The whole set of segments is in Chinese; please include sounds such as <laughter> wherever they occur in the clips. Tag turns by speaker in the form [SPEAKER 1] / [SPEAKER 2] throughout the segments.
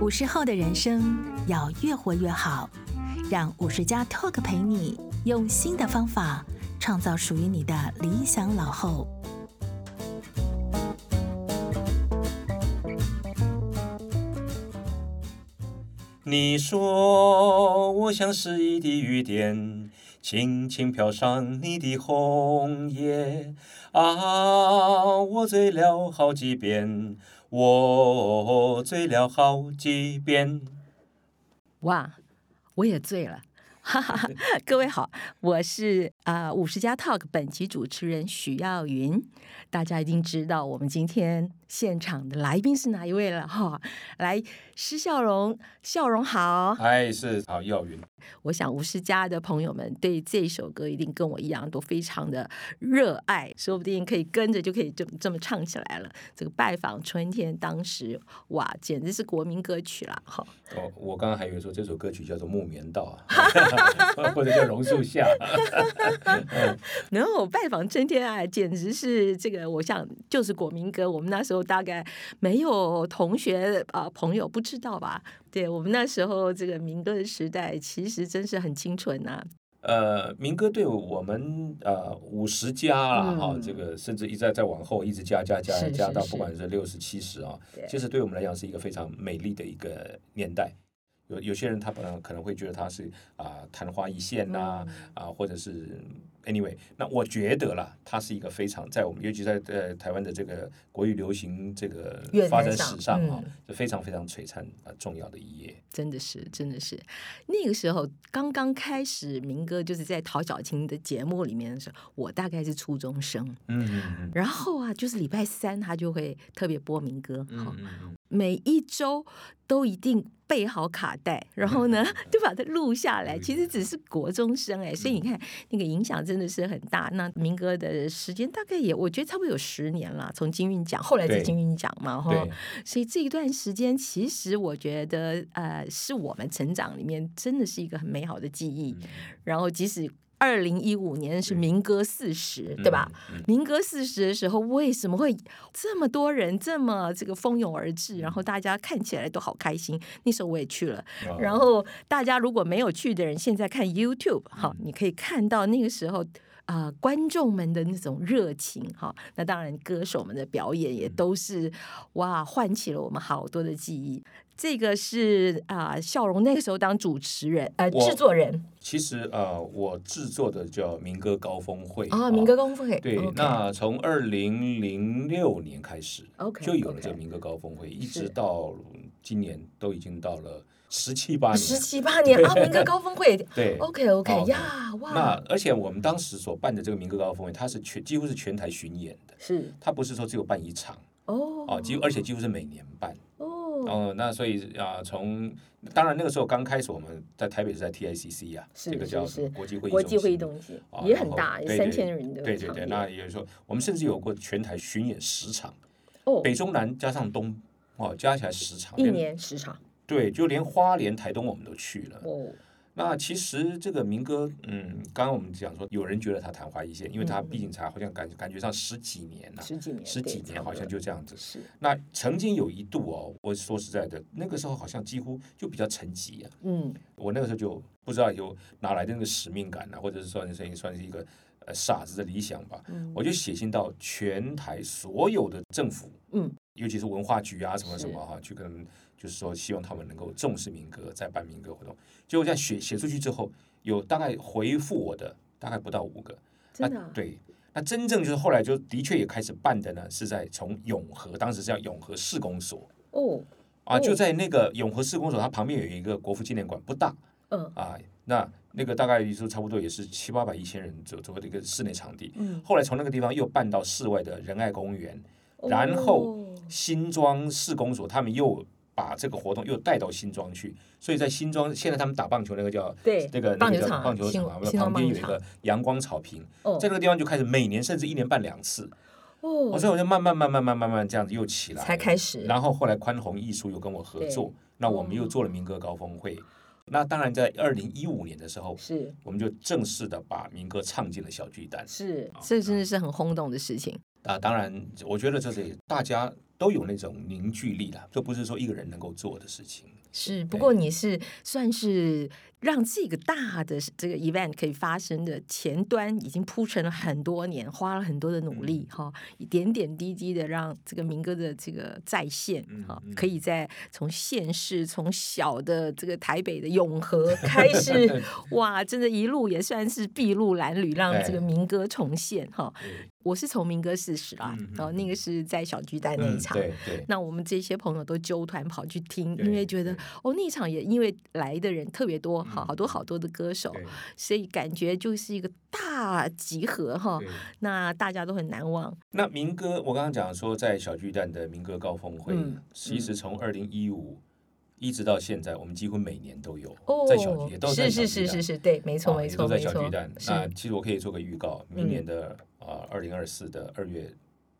[SPEAKER 1] 五十后的人生要越活越好，让五十加 Talk 陪你用新的方法创造属于你的理想老后。
[SPEAKER 2] 你说我像是一滴雨点，轻轻飘上你的红叶。啊，我醉了好几遍，我醉了好几遍。
[SPEAKER 3] 哇，我也醉了。哈哈哈，各位好，我是啊五十加 Talk 本期主持人许耀云。大家一定知道我们今天现场的来宾是哪一位了哈、来，施笑容，笑容好。
[SPEAKER 2] 哎，是好耀云，
[SPEAKER 3] 我想五十加的朋友们对这首歌一定跟我一样都非常的热爱，说不定可以跟着就可以这么这么唱起来了。这个《拜访春天》当时哇，简直是国民歌曲啦！哈，
[SPEAKER 2] 哦，我刚刚还以为说这首歌曲叫做《木棉道》啊， <laughs> 或者叫《榕树下》。
[SPEAKER 3] 然后《拜访春天》啊，简直是这个，我想就是国民歌。我们那时候大概没有同学啊、呃朋友不知道吧？对我们那时候这个民歌的时代，其实真是很清纯呐、
[SPEAKER 2] 呃，民歌对我们呃五十加啦哈、
[SPEAKER 3] 嗯
[SPEAKER 2] 这个甚至一再再往后一直加加加
[SPEAKER 3] 是
[SPEAKER 2] 加
[SPEAKER 3] 是
[SPEAKER 2] 到
[SPEAKER 3] 是
[SPEAKER 2] 不管是六十七十啊
[SPEAKER 3] 对，
[SPEAKER 2] 其实对我们来讲是一个非常美丽的一个年代。有有些人他本来可能会觉得他是啊、昙花一现呐、啊，
[SPEAKER 3] 嗯
[SPEAKER 2] 或者是 anyway，那我觉得啦，它是一个非常在我们尤其在呃台湾的这个国语流行这个
[SPEAKER 3] 越
[SPEAKER 2] 发
[SPEAKER 3] 南
[SPEAKER 2] 展
[SPEAKER 3] 上
[SPEAKER 2] 史上啊
[SPEAKER 3] 嗯，
[SPEAKER 2] 就非常非常璀璨啊重要的一页。
[SPEAKER 3] 真的是，真的是，那个时候刚刚开始民歌，就是在陶小青的节目里面的时候，我大概是初中生。
[SPEAKER 2] 嗯嗯
[SPEAKER 3] 然后啊，就是礼拜三他就会特别播民歌，
[SPEAKER 2] 嗯
[SPEAKER 3] 好
[SPEAKER 2] 嗯嗯
[SPEAKER 3] 每一周都一定备好卡带，然后
[SPEAKER 2] <laughs>
[SPEAKER 3] 呢 <laughs> 就把它录下来。其实只是国中生
[SPEAKER 2] 嗯
[SPEAKER 3] 哎，所以你看那个影响真的是很大。那民歌的时间大概也，我觉得差不多有十年了，从金韵奖，后来是
[SPEAKER 2] 对
[SPEAKER 3] 金韵奖嘛，
[SPEAKER 2] 嗯，
[SPEAKER 3] 哈。
[SPEAKER 2] 对。
[SPEAKER 3] 所以这一段时间，其实我觉得，呃，是我们成长里面真的是一个很美好的记
[SPEAKER 2] 嗯
[SPEAKER 3] 忆。然后，即使二零一五年是民歌四
[SPEAKER 2] 嗯
[SPEAKER 3] 十，对吧？民歌四十的时候，为什么会这么多人这么这个蜂拥而至？然后大家看起来都好开心。那时候我也去了，
[SPEAKER 2] 嗯哦
[SPEAKER 3] 然后大家如果没有去的人，现在看 YouTube 哈，
[SPEAKER 2] 嗯
[SPEAKER 3] 你可以看到那个时候。啊、观众们的那种热情哈，那当然歌手们的表演
[SPEAKER 2] 嗯
[SPEAKER 3] 也都是哇，唤起了我们好多的记忆。这个是啊、笑容那个时候当主持人，呃，
[SPEAKER 2] 我
[SPEAKER 3] 制作人
[SPEAKER 2] 其实呃，我制作的叫民歌高峰会
[SPEAKER 3] 啊，民歌公会
[SPEAKER 2] 对
[SPEAKER 3] OK，
[SPEAKER 2] 那从二零零六年开始
[SPEAKER 3] OK，
[SPEAKER 2] 就有了这个
[SPEAKER 3] OK
[SPEAKER 2] 民歌高峰会，一
[SPEAKER 3] 是
[SPEAKER 2] 直到今年都已经到了十七八年。
[SPEAKER 3] 十七八年啊，民歌高峰会
[SPEAKER 2] 对
[SPEAKER 3] OK OK
[SPEAKER 2] 哦
[SPEAKER 3] 呀，
[SPEAKER 2] 那
[SPEAKER 3] 哇，
[SPEAKER 2] 而且我们当时所办的这个民歌高峰会，它是全几乎是全台巡演的，
[SPEAKER 3] 是
[SPEAKER 2] 它不是说只有办一场
[SPEAKER 3] 哦
[SPEAKER 2] 啊，几乎而且几乎是每年办。
[SPEAKER 3] 哦
[SPEAKER 2] 哦，那所以啊，从当然那个时候刚开始我们在台北是在 TICC 呀、
[SPEAKER 3] 是
[SPEAKER 2] 啊这个叫
[SPEAKER 3] 是是
[SPEAKER 2] 国际会议
[SPEAKER 3] 国际
[SPEAKER 2] 中
[SPEAKER 3] 会议
[SPEAKER 2] 心
[SPEAKER 3] 中心
[SPEAKER 2] 啊
[SPEAKER 3] 也
[SPEAKER 2] 然
[SPEAKER 3] 很
[SPEAKER 2] 后
[SPEAKER 3] 大，有
[SPEAKER 2] 对
[SPEAKER 3] 三
[SPEAKER 2] 对
[SPEAKER 3] 千人的
[SPEAKER 2] 对对
[SPEAKER 3] 场
[SPEAKER 2] 对，
[SPEAKER 3] 地
[SPEAKER 2] 那也就是说，我们甚至有过全台巡演十场，
[SPEAKER 3] 哦，
[SPEAKER 2] 北中南加上东，哦，加起来十场，
[SPEAKER 3] 一
[SPEAKER 2] 连
[SPEAKER 3] 年十场
[SPEAKER 2] 对，就连花莲、台东我们都去了。
[SPEAKER 3] 哦，
[SPEAKER 2] 那其实这个民歌，嗯，刚刚我们讲说，有人觉得它昙花一现，因为它
[SPEAKER 3] 嗯
[SPEAKER 2] 毕竟才好像感感觉上十几年呐、
[SPEAKER 3] 十几年
[SPEAKER 2] 呃十几
[SPEAKER 3] 对
[SPEAKER 2] 年好
[SPEAKER 3] 差
[SPEAKER 2] 像
[SPEAKER 3] 不多
[SPEAKER 2] 就这样子。
[SPEAKER 3] 是
[SPEAKER 2] 那曾经有一度哦，我说实在的，那个时候好像几乎就比较沉寂啊。
[SPEAKER 3] 嗯
[SPEAKER 2] 我那个时候就不知道有哪来的那个使命感呢、啊或者是算算算是一个呃傻子的理想吧。
[SPEAKER 3] 嗯
[SPEAKER 2] 我就写信到全台所有的政府，
[SPEAKER 3] 嗯，
[SPEAKER 2] 尤其是文化局啊什么什么
[SPEAKER 3] 是
[SPEAKER 2] 哈、去跟就是说希望他们能够重视民歌，再办民歌活动。结果这样写写出去之后，有大概回复我的大概不到五个，
[SPEAKER 3] 真的啊
[SPEAKER 2] 那对。那真正就是后来就的确也开始办的呢，是在从永和，当时是叫永和市公所
[SPEAKER 3] 哦
[SPEAKER 2] 啊，
[SPEAKER 3] 哦
[SPEAKER 2] 就在那个永和市公所，它旁边有一个国父纪念馆，不大，
[SPEAKER 3] 嗯
[SPEAKER 2] 啊，那那个大概就差不多也是七八百一千人左左右的一个室内场地。
[SPEAKER 3] 嗯
[SPEAKER 2] 后来从那个地方又办到室外的仁爱公园，
[SPEAKER 3] 哦
[SPEAKER 2] 然后新庄市公所他们又把这个活动又带到新庄去，所以在新庄现在他们打棒球那个叫
[SPEAKER 3] 对
[SPEAKER 2] 那个
[SPEAKER 3] 棒
[SPEAKER 2] 那
[SPEAKER 3] 球
[SPEAKER 2] 个叫
[SPEAKER 3] 场
[SPEAKER 2] 棒球
[SPEAKER 3] 新
[SPEAKER 2] 场啊，
[SPEAKER 3] 新庄
[SPEAKER 2] 旁边有一
[SPEAKER 3] 棒球
[SPEAKER 2] 个阳光草坪，
[SPEAKER 3] 哦
[SPEAKER 2] 在那个地方就开始每年甚至一年办两次，
[SPEAKER 3] 哦
[SPEAKER 2] 我所以我就慢慢慢慢慢慢慢慢这样子又起来了，
[SPEAKER 3] 才开始
[SPEAKER 2] 然后后来宽宏艺术又跟我合作，那我们又做了民歌高峰会。那当然，在二零一五年的时候，
[SPEAKER 3] 是
[SPEAKER 2] 我们就正式的把民歌唱进了小巨蛋。啊
[SPEAKER 3] 是，这真的是很轰动的事情。
[SPEAKER 2] 啊，当然，我觉得这是大家都有那种凝聚力啦，这不是说一个人能够做的事情。
[SPEAKER 3] 是，不过你是算是让这个大的这个 event 可以发生的前端已经铺陈了很多年，花了很多的努力
[SPEAKER 2] 嗯
[SPEAKER 3] 哈、一点点滴滴的让这个民歌的这个再现哈、
[SPEAKER 2] 嗯嗯
[SPEAKER 3] 可以在从县市从小的这个台北的永和开
[SPEAKER 2] <laughs>
[SPEAKER 3] 始，哇，真的一路也算是筚路蓝缕，让
[SPEAKER 2] 哎
[SPEAKER 3] 这个民歌重现哈、
[SPEAKER 2] 对
[SPEAKER 3] 我是从民歌四十啦
[SPEAKER 2] 嗯嗯，
[SPEAKER 3] 然后啊哦那个是在小巨蛋那一
[SPEAKER 2] 嗯，
[SPEAKER 3] 场，
[SPEAKER 2] 对对，
[SPEAKER 3] 那我们这些朋友都揪团跑去听，
[SPEAKER 2] 对
[SPEAKER 3] 因为觉得
[SPEAKER 2] 对
[SPEAKER 3] 哦那一场也因为来的人特别多，好
[SPEAKER 2] 嗯
[SPEAKER 3] 好多好多的歌手，
[SPEAKER 2] 对
[SPEAKER 3] 所以感觉就是一个大集合哈。
[SPEAKER 2] 对
[SPEAKER 3] 那大家都很难忘，
[SPEAKER 2] 那民歌，我刚刚讲说，在小巨蛋的民歌高峰会，
[SPEAKER 3] 嗯
[SPEAKER 2] 其实从二零一五一直到现在，我们几乎每年都有，
[SPEAKER 3] 哦，
[SPEAKER 2] 在小巨也都在小
[SPEAKER 3] 是是
[SPEAKER 2] 巨
[SPEAKER 3] 是
[SPEAKER 2] 蛋
[SPEAKER 3] 是是，对，没错
[SPEAKER 2] 啊
[SPEAKER 3] 没
[SPEAKER 2] 也
[SPEAKER 3] 错
[SPEAKER 2] 都在
[SPEAKER 3] 没
[SPEAKER 2] 小
[SPEAKER 3] 错
[SPEAKER 2] 巨蛋。，
[SPEAKER 3] 是
[SPEAKER 2] 那其实我可以做个预告，明
[SPEAKER 3] 嗯哦
[SPEAKER 2] 年的啊二零二四的二月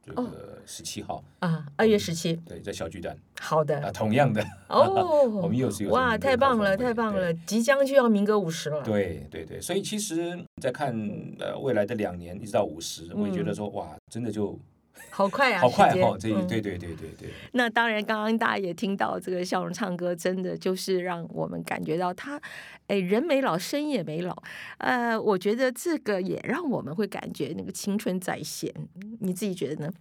[SPEAKER 2] 这个十七号，
[SPEAKER 3] 啊，二月十七，
[SPEAKER 2] 对，在小巨蛋
[SPEAKER 3] 好
[SPEAKER 2] 啊，
[SPEAKER 3] 的
[SPEAKER 2] 同样的，我
[SPEAKER 3] 哦
[SPEAKER 2] 们，又是有
[SPEAKER 3] 哇，太棒了太棒了，。即将就要民歌五十了，
[SPEAKER 2] 对对对，所以其实你在看呃未来的两年一直到五十，我也觉得说哇，真的就
[SPEAKER 3] 好快啊，
[SPEAKER 2] 好快
[SPEAKER 3] 嗯时间
[SPEAKER 2] 哦，这一
[SPEAKER 3] 嗯
[SPEAKER 2] 对对对对对，
[SPEAKER 3] 那当然，刚刚大家也听到这个笑容唱歌，真的就是让我们感觉到他，哎，人没老，声也没老。呃，我觉得这个也让我们会感觉那个青春再现。你自己觉得呢？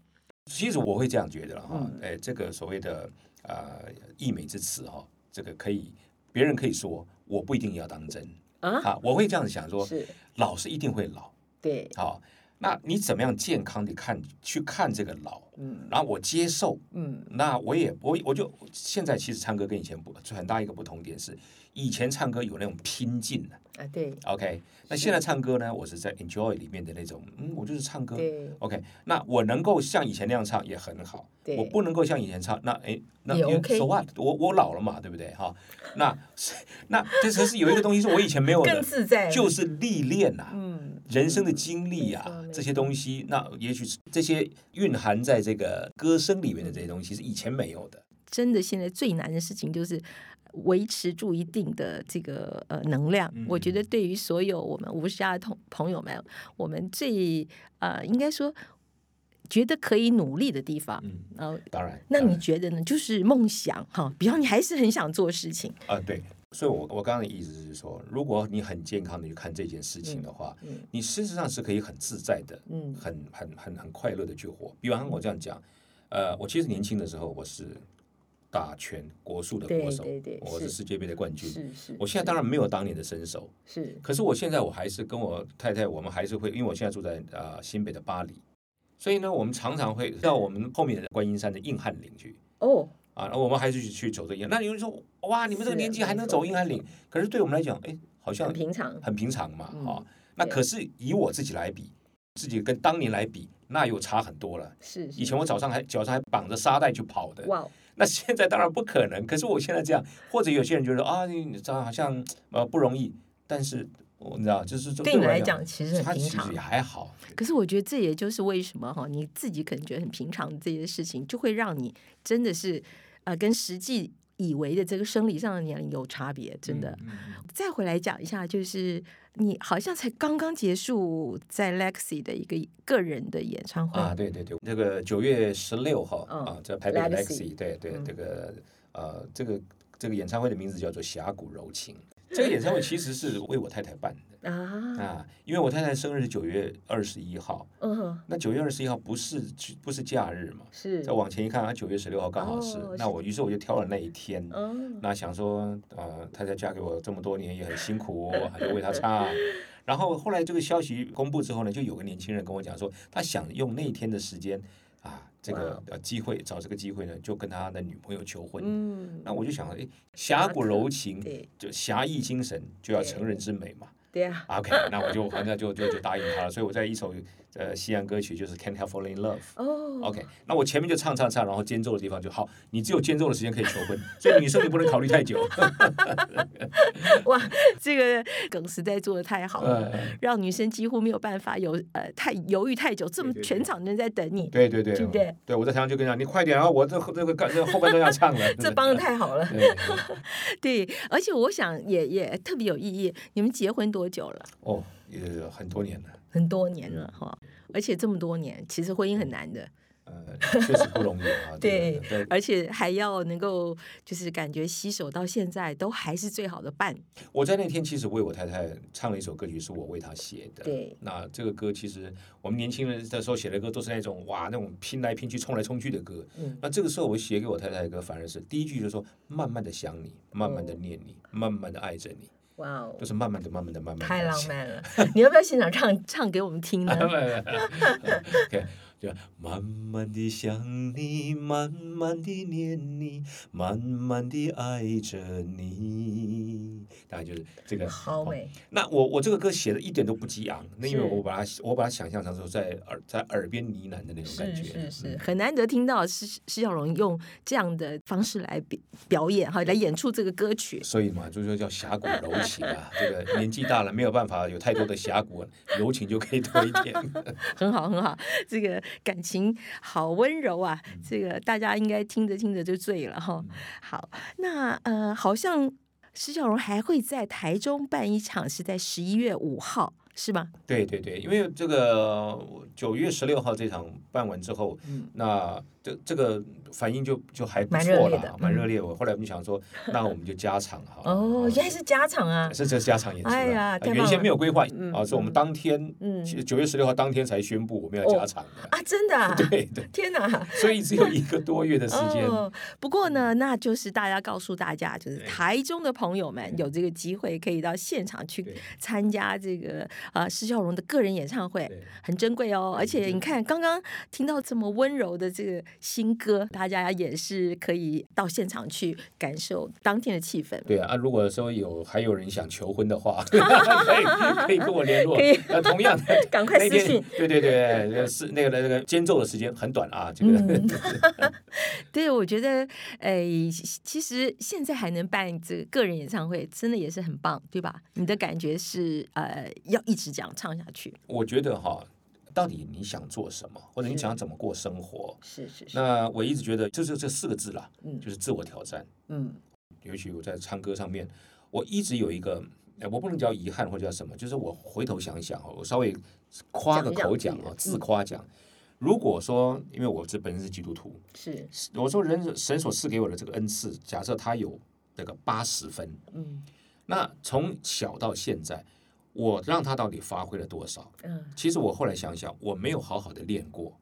[SPEAKER 2] 其实我会这样觉得了哈
[SPEAKER 3] 嗯，
[SPEAKER 2] 哎、这个所谓的呃溢美之词哈，这个可以别人可以说，我不一定要当真
[SPEAKER 3] 啊
[SPEAKER 2] 啊，我会这样想说，
[SPEAKER 3] 是，
[SPEAKER 2] 老是一定会老，
[SPEAKER 3] 对，
[SPEAKER 2] 好、那你怎么样健康的看去看这个老，
[SPEAKER 3] 嗯
[SPEAKER 2] 然后我接受，
[SPEAKER 3] 嗯，
[SPEAKER 2] 那我也我我就现在其实唱歌跟以前不很大一个不同点是，以前唱歌有那种拼劲的
[SPEAKER 3] 啊，对
[SPEAKER 2] OK，那现在唱歌呢，我是在 enjoy 里面的那种，嗯，我就是唱歌，
[SPEAKER 3] 对
[SPEAKER 2] OK，那我能够像以前那样唱也很好，
[SPEAKER 3] 对
[SPEAKER 2] 我不能够像以前唱，那哎，那
[SPEAKER 3] 也
[SPEAKER 2] 因为
[SPEAKER 3] OK
[SPEAKER 2] so what？我我老了嘛，对不对哈？那那这只是有一个东西是我以前没有
[SPEAKER 3] 更
[SPEAKER 2] 的，
[SPEAKER 3] 自在，
[SPEAKER 2] 就是历练呐、
[SPEAKER 3] 嗯，
[SPEAKER 2] 人生的经历呀、
[SPEAKER 3] 嗯没错没错
[SPEAKER 2] 这些东西，那也许是这些蕴含在这个歌声里面的这些东西是以前没有的。
[SPEAKER 3] 真的现在最难的事情就是维持住一定的这个呃能量。
[SPEAKER 2] 嗯
[SPEAKER 3] 我觉得对于所有我们无家的同朋友们，我们最呃应该说觉得可以努力的地方，
[SPEAKER 2] 嗯，
[SPEAKER 3] 然后。
[SPEAKER 2] 当然。
[SPEAKER 3] 哦那
[SPEAKER 2] 当
[SPEAKER 3] 你
[SPEAKER 2] 然
[SPEAKER 3] 觉得呢？就是梦想哈，比方你还是很想做事情，
[SPEAKER 2] 啊、对，所以我我刚刚的意思是说，如果你很健康的去看这件事情的话，
[SPEAKER 3] 嗯嗯
[SPEAKER 2] 你事实上是可以很自在的，
[SPEAKER 3] 嗯
[SPEAKER 2] 很很很很快乐的去活。比方我这样讲，呃，我其实年轻的时候我是打拳国术的国
[SPEAKER 3] 对
[SPEAKER 2] 手，
[SPEAKER 3] 对对
[SPEAKER 2] 我
[SPEAKER 3] 是
[SPEAKER 2] 是世界杯的冠军。
[SPEAKER 3] 是
[SPEAKER 2] 我现在当然没有当年的身手，
[SPEAKER 3] 是
[SPEAKER 2] 可是我现在我还是跟我太太，我们还是会，因为我现在住在呃新北的巴黎，所以呢，我们常常会到我们后面的观音山的硬汉岭去。
[SPEAKER 3] 哦，
[SPEAKER 2] 啊，然后我们还是去去走这个。那有人说，哇，你们这个
[SPEAKER 3] 是
[SPEAKER 2] 年纪还能
[SPEAKER 3] 没
[SPEAKER 2] 走
[SPEAKER 3] 错
[SPEAKER 2] 硬汉岭，可是对我们来讲，哎，好像
[SPEAKER 3] 很平常，
[SPEAKER 2] 很平常嘛，啊、
[SPEAKER 3] 嗯
[SPEAKER 2] 那
[SPEAKER 3] 对
[SPEAKER 2] 可是以我自己来比，自己跟当年来比，那又差很多了。
[SPEAKER 3] 是
[SPEAKER 2] 以前我早上还脚上还绑着沙袋去跑的，
[SPEAKER 3] 哇，
[SPEAKER 2] 那现在当然不可能。可是我现在这样，或者有些人觉得啊，你这样好像呃不容易，但是我你知道，就是
[SPEAKER 3] 对你
[SPEAKER 2] 我
[SPEAKER 3] 来
[SPEAKER 2] 讲
[SPEAKER 3] 讲，其实
[SPEAKER 2] 他
[SPEAKER 3] 很
[SPEAKER 2] 其
[SPEAKER 3] 平
[SPEAKER 2] 实
[SPEAKER 3] 常
[SPEAKER 2] 也，还好。
[SPEAKER 3] 可是我觉得这也就是为什么哈，你自己可能觉得很平常的这些事情，就会让你真的是呃跟实际以为的这个生理上的年龄有差别，真的。
[SPEAKER 2] 嗯，嗯嗯
[SPEAKER 3] 再回来讲一下，就是你好像才刚刚结束在 Lexi 的一个个人的演唱会，
[SPEAKER 2] 啊，对对对，那个九月十六号、
[SPEAKER 3] 嗯
[SPEAKER 2] 啊，在台北
[SPEAKER 3] Legacy
[SPEAKER 2] Lexi，对对，
[SPEAKER 3] 嗯
[SPEAKER 2] 这个呃，这个这个演唱会的名字叫做《峡谷柔情》。这个演唱会其实是为我太太办的
[SPEAKER 3] 啊，
[SPEAKER 2] 啊，因为我太太生日是九月二十一号，
[SPEAKER 3] 嗯，
[SPEAKER 2] 那九月二十一号不是不是假日嘛？
[SPEAKER 3] 是
[SPEAKER 2] 再，往前一看，啊，九月十六号刚好是，
[SPEAKER 3] 哦
[SPEAKER 2] 那
[SPEAKER 3] 是
[SPEAKER 2] 我于是我就挑了那一天。
[SPEAKER 3] 嗯，
[SPEAKER 2] 那想说，呃，太太嫁给我这么多年也很辛
[SPEAKER 3] <laughs>
[SPEAKER 2] 苦，还得为她唱。然后后来这个消息公布之后呢，就有个年轻人跟我讲说，他想用那一天的时间啊，这
[SPEAKER 3] 哇
[SPEAKER 2] 个
[SPEAKER 3] 哦
[SPEAKER 2] 呃机会找这个机会呢，就跟他的女朋友求婚。
[SPEAKER 3] 嗯，
[SPEAKER 2] 那我就想，哎，侠骨柔情，
[SPEAKER 3] 对
[SPEAKER 2] 就侠义精神，就要成人之美嘛。
[SPEAKER 3] 对啊，
[SPEAKER 2] OK，那
[SPEAKER 3] <laughs>
[SPEAKER 2] 我就反正就就就答应他了。所以我在一首呃西洋歌曲就是《Can't Help Falling in Love》。
[SPEAKER 3] 哦
[SPEAKER 2] OK，那我前面就唱唱唱，然后间奏的地方就好。你只有间奏的时间可以求婚，所以女生你不能考虑太
[SPEAKER 3] <laughs>
[SPEAKER 2] 久。
[SPEAKER 3] 哇，这个梗实在做的太好了。
[SPEAKER 2] 呃，
[SPEAKER 3] 让女生几乎没有办法有呃太犹豫太久，这么
[SPEAKER 2] 对对对
[SPEAKER 3] 全场人在等你，
[SPEAKER 2] <laughs> 对对对，
[SPEAKER 3] 对不对？。
[SPEAKER 2] 我在台上就跟你讲，你快点啊，我这这个干这后半段要唱了
[SPEAKER 3] <laughs> 这帮的太好了。
[SPEAKER 2] 对。对
[SPEAKER 3] 对，而且我想也也特别有意义。你们结婚多久了？嗯
[SPEAKER 2] 哦，也很多年了。
[SPEAKER 3] 很多年了哈，而且这么多年，其实婚姻很难的。
[SPEAKER 2] 呃，确实不容易
[SPEAKER 3] <laughs>
[SPEAKER 2] 啊。
[SPEAKER 3] 对
[SPEAKER 2] 对，
[SPEAKER 3] 而且还要能够就是感觉携手到现在都还是最好的伴。
[SPEAKER 2] 我在那天其实为我太太唱了一首歌曲，是我为她写的。
[SPEAKER 3] 对
[SPEAKER 2] 那这个歌其实我们年轻人的时候写的歌都是那种哇，那种拼来拼去、冲来冲去的歌。
[SPEAKER 3] 嗯
[SPEAKER 2] 那这个时候我写给我太太的歌，反而是第一句就说：慢慢的想你，慢慢
[SPEAKER 3] 哦
[SPEAKER 2] 的念你，慢慢的爱着你，
[SPEAKER 3] 哇哦
[SPEAKER 2] 就，是慢慢的、慢慢的、慢慢的。
[SPEAKER 3] 太浪。漫了！ <laughs> 你要不要现场唱 <laughs> 唱给我们听呢？
[SPEAKER 2] <laughs> OK，就慢慢的想你，慢慢的念你，慢慢的爱着你，大概就是这个。
[SPEAKER 3] 好美，
[SPEAKER 2] 那我我这个歌写的一点都不激昂，那因为
[SPEAKER 3] 是
[SPEAKER 2] 我把它我把它想象成说在耳在耳边呢喃的那种感觉，
[SPEAKER 3] 是是是，
[SPEAKER 2] 嗯
[SPEAKER 3] 很难得听到施施小龙用这样的方式来表表演哈，来演出这个歌曲。
[SPEAKER 2] 所以嘛，就说叫峡谷柔情啊，这个年纪大了没有办法有太多的峡谷，柔情就可以多一点。 <laughs>
[SPEAKER 3] 很好，很好，这个感情好温柔啊！
[SPEAKER 2] 嗯
[SPEAKER 3] 这个大家应该听着听着就醉了哈。好，那呃，好像施小荣还会在台中办一场，是在十一月五号，是吗？
[SPEAKER 2] 对对对，因为这个九月十六号这场办完之后，那这这个反应就就还不
[SPEAKER 3] 嗯蛮热
[SPEAKER 2] 错
[SPEAKER 3] 烈
[SPEAKER 2] 了
[SPEAKER 3] 的
[SPEAKER 2] 啊，蛮
[SPEAKER 3] 嗯
[SPEAKER 2] 热烈。我后来我们就想说，那我们就加场哈。
[SPEAKER 3] 哦，原来是家常啊！
[SPEAKER 2] 是这是加场演出了，
[SPEAKER 3] 哎呀
[SPEAKER 2] 啊
[SPEAKER 3] 太棒
[SPEAKER 2] 原先
[SPEAKER 3] 了
[SPEAKER 2] 没有规划
[SPEAKER 3] 嗯
[SPEAKER 2] 啊，是我们当天，
[SPEAKER 3] 嗯
[SPEAKER 2] 其实九月十六号当天才宣布我们要加场的， <laughs>
[SPEAKER 3] 啊，真的、 <laughs> 啊，
[SPEAKER 2] 对对，
[SPEAKER 3] 天哪！
[SPEAKER 2] 所以只有一个多月的时间，
[SPEAKER 3] <laughs>
[SPEAKER 2] 嗯
[SPEAKER 3] 哦，不过呢，那就是大家告诉大家，就是台中的朋友们有这个机会可以到现场去
[SPEAKER 2] 对
[SPEAKER 3] 参加这个呃施孝荣的个人演唱会
[SPEAKER 2] 对，
[SPEAKER 3] 很珍贵哦。而且
[SPEAKER 2] 对
[SPEAKER 3] 你看，刚刚听到这么温柔的这个新歌，大家也是可以到现场去感受当天的气氛。
[SPEAKER 2] 对啊，啊如果说有还有人想求婚的话， <laughs> 可以可以跟我联络
[SPEAKER 3] 可以。
[SPEAKER 2] 那同样的，
[SPEAKER 3] <laughs> 赶快
[SPEAKER 2] 那
[SPEAKER 3] 私
[SPEAKER 2] 天
[SPEAKER 3] 信。
[SPEAKER 2] 对对对，是那个那个间奏的时间很短啊，这个、
[SPEAKER 3] 嗯对，我觉得，诶、其实现在还能办这个个人演唱会，真的也是很棒，对吧？你的感觉是，呃，要一直这样唱下去。
[SPEAKER 2] <laughs> 我觉得哈，到底你想做什么，或者你
[SPEAKER 3] 是
[SPEAKER 2] 想怎么过生活？
[SPEAKER 3] 是是是，
[SPEAKER 2] 那我一直觉得就是这四个字啦，
[SPEAKER 3] 嗯
[SPEAKER 2] 就是自我挑战。
[SPEAKER 3] 嗯
[SPEAKER 2] 尤其我在唱歌上面，我一直有一个，呃我不能叫遗憾或者叫什么，就是我回头想一想哦，我稍微夸个口
[SPEAKER 3] 讲
[SPEAKER 2] 讲
[SPEAKER 3] 嗯一讲
[SPEAKER 2] 哦，
[SPEAKER 3] 自己
[SPEAKER 2] 自夸奖。如果说，因为我这本身是基督徒，
[SPEAKER 3] 是，
[SPEAKER 2] 我说人神所赐给我的这个恩赐，假设他有那个八十分，
[SPEAKER 3] 嗯
[SPEAKER 2] 那从小到现在，我让他到底发挥了多少？
[SPEAKER 3] 嗯
[SPEAKER 2] 其实我后来想想，我没有好好的练过，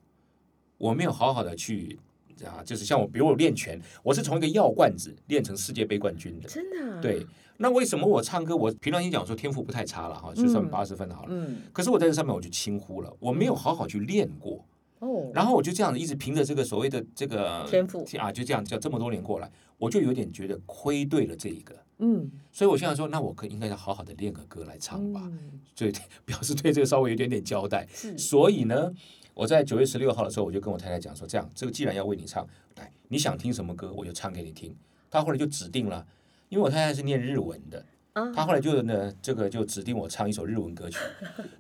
[SPEAKER 2] 我没有好好的去啊，就是像我，比如我练拳，我是从一个药罐子练成世界杯冠军的。
[SPEAKER 3] 真的、啊，
[SPEAKER 2] 对，那为什么我唱歌，我平常心讲说天赋不太差了哈，就算
[SPEAKER 3] 嗯
[SPEAKER 2] 八十分好了。
[SPEAKER 3] 嗯，
[SPEAKER 2] 可是我在这上面我就轻忽了，我没有好好去练过，
[SPEAKER 3] 哦，
[SPEAKER 2] 然后我就这样子一直凭着这个所谓的这个
[SPEAKER 3] 天赋
[SPEAKER 2] 啊，就这样叫这么多年过来，我就有点觉得亏对了这一个，
[SPEAKER 3] 嗯，
[SPEAKER 2] 所以我现在说，那我可应该要好好的练个歌来唱吧，
[SPEAKER 3] 嗯
[SPEAKER 2] 所以 <laughs> 表示对这个稍微有点点交代。
[SPEAKER 3] 是
[SPEAKER 2] 所以呢，我在九月十六号的时候，我就跟我太太讲说，这样，这个既然要为你唱，来，你想听什么歌，我就唱给你听。她后来就指定了，因为我太太是念日文的，
[SPEAKER 3] 啊，
[SPEAKER 2] 她后来就呢，这个就指定我唱一首日文歌曲，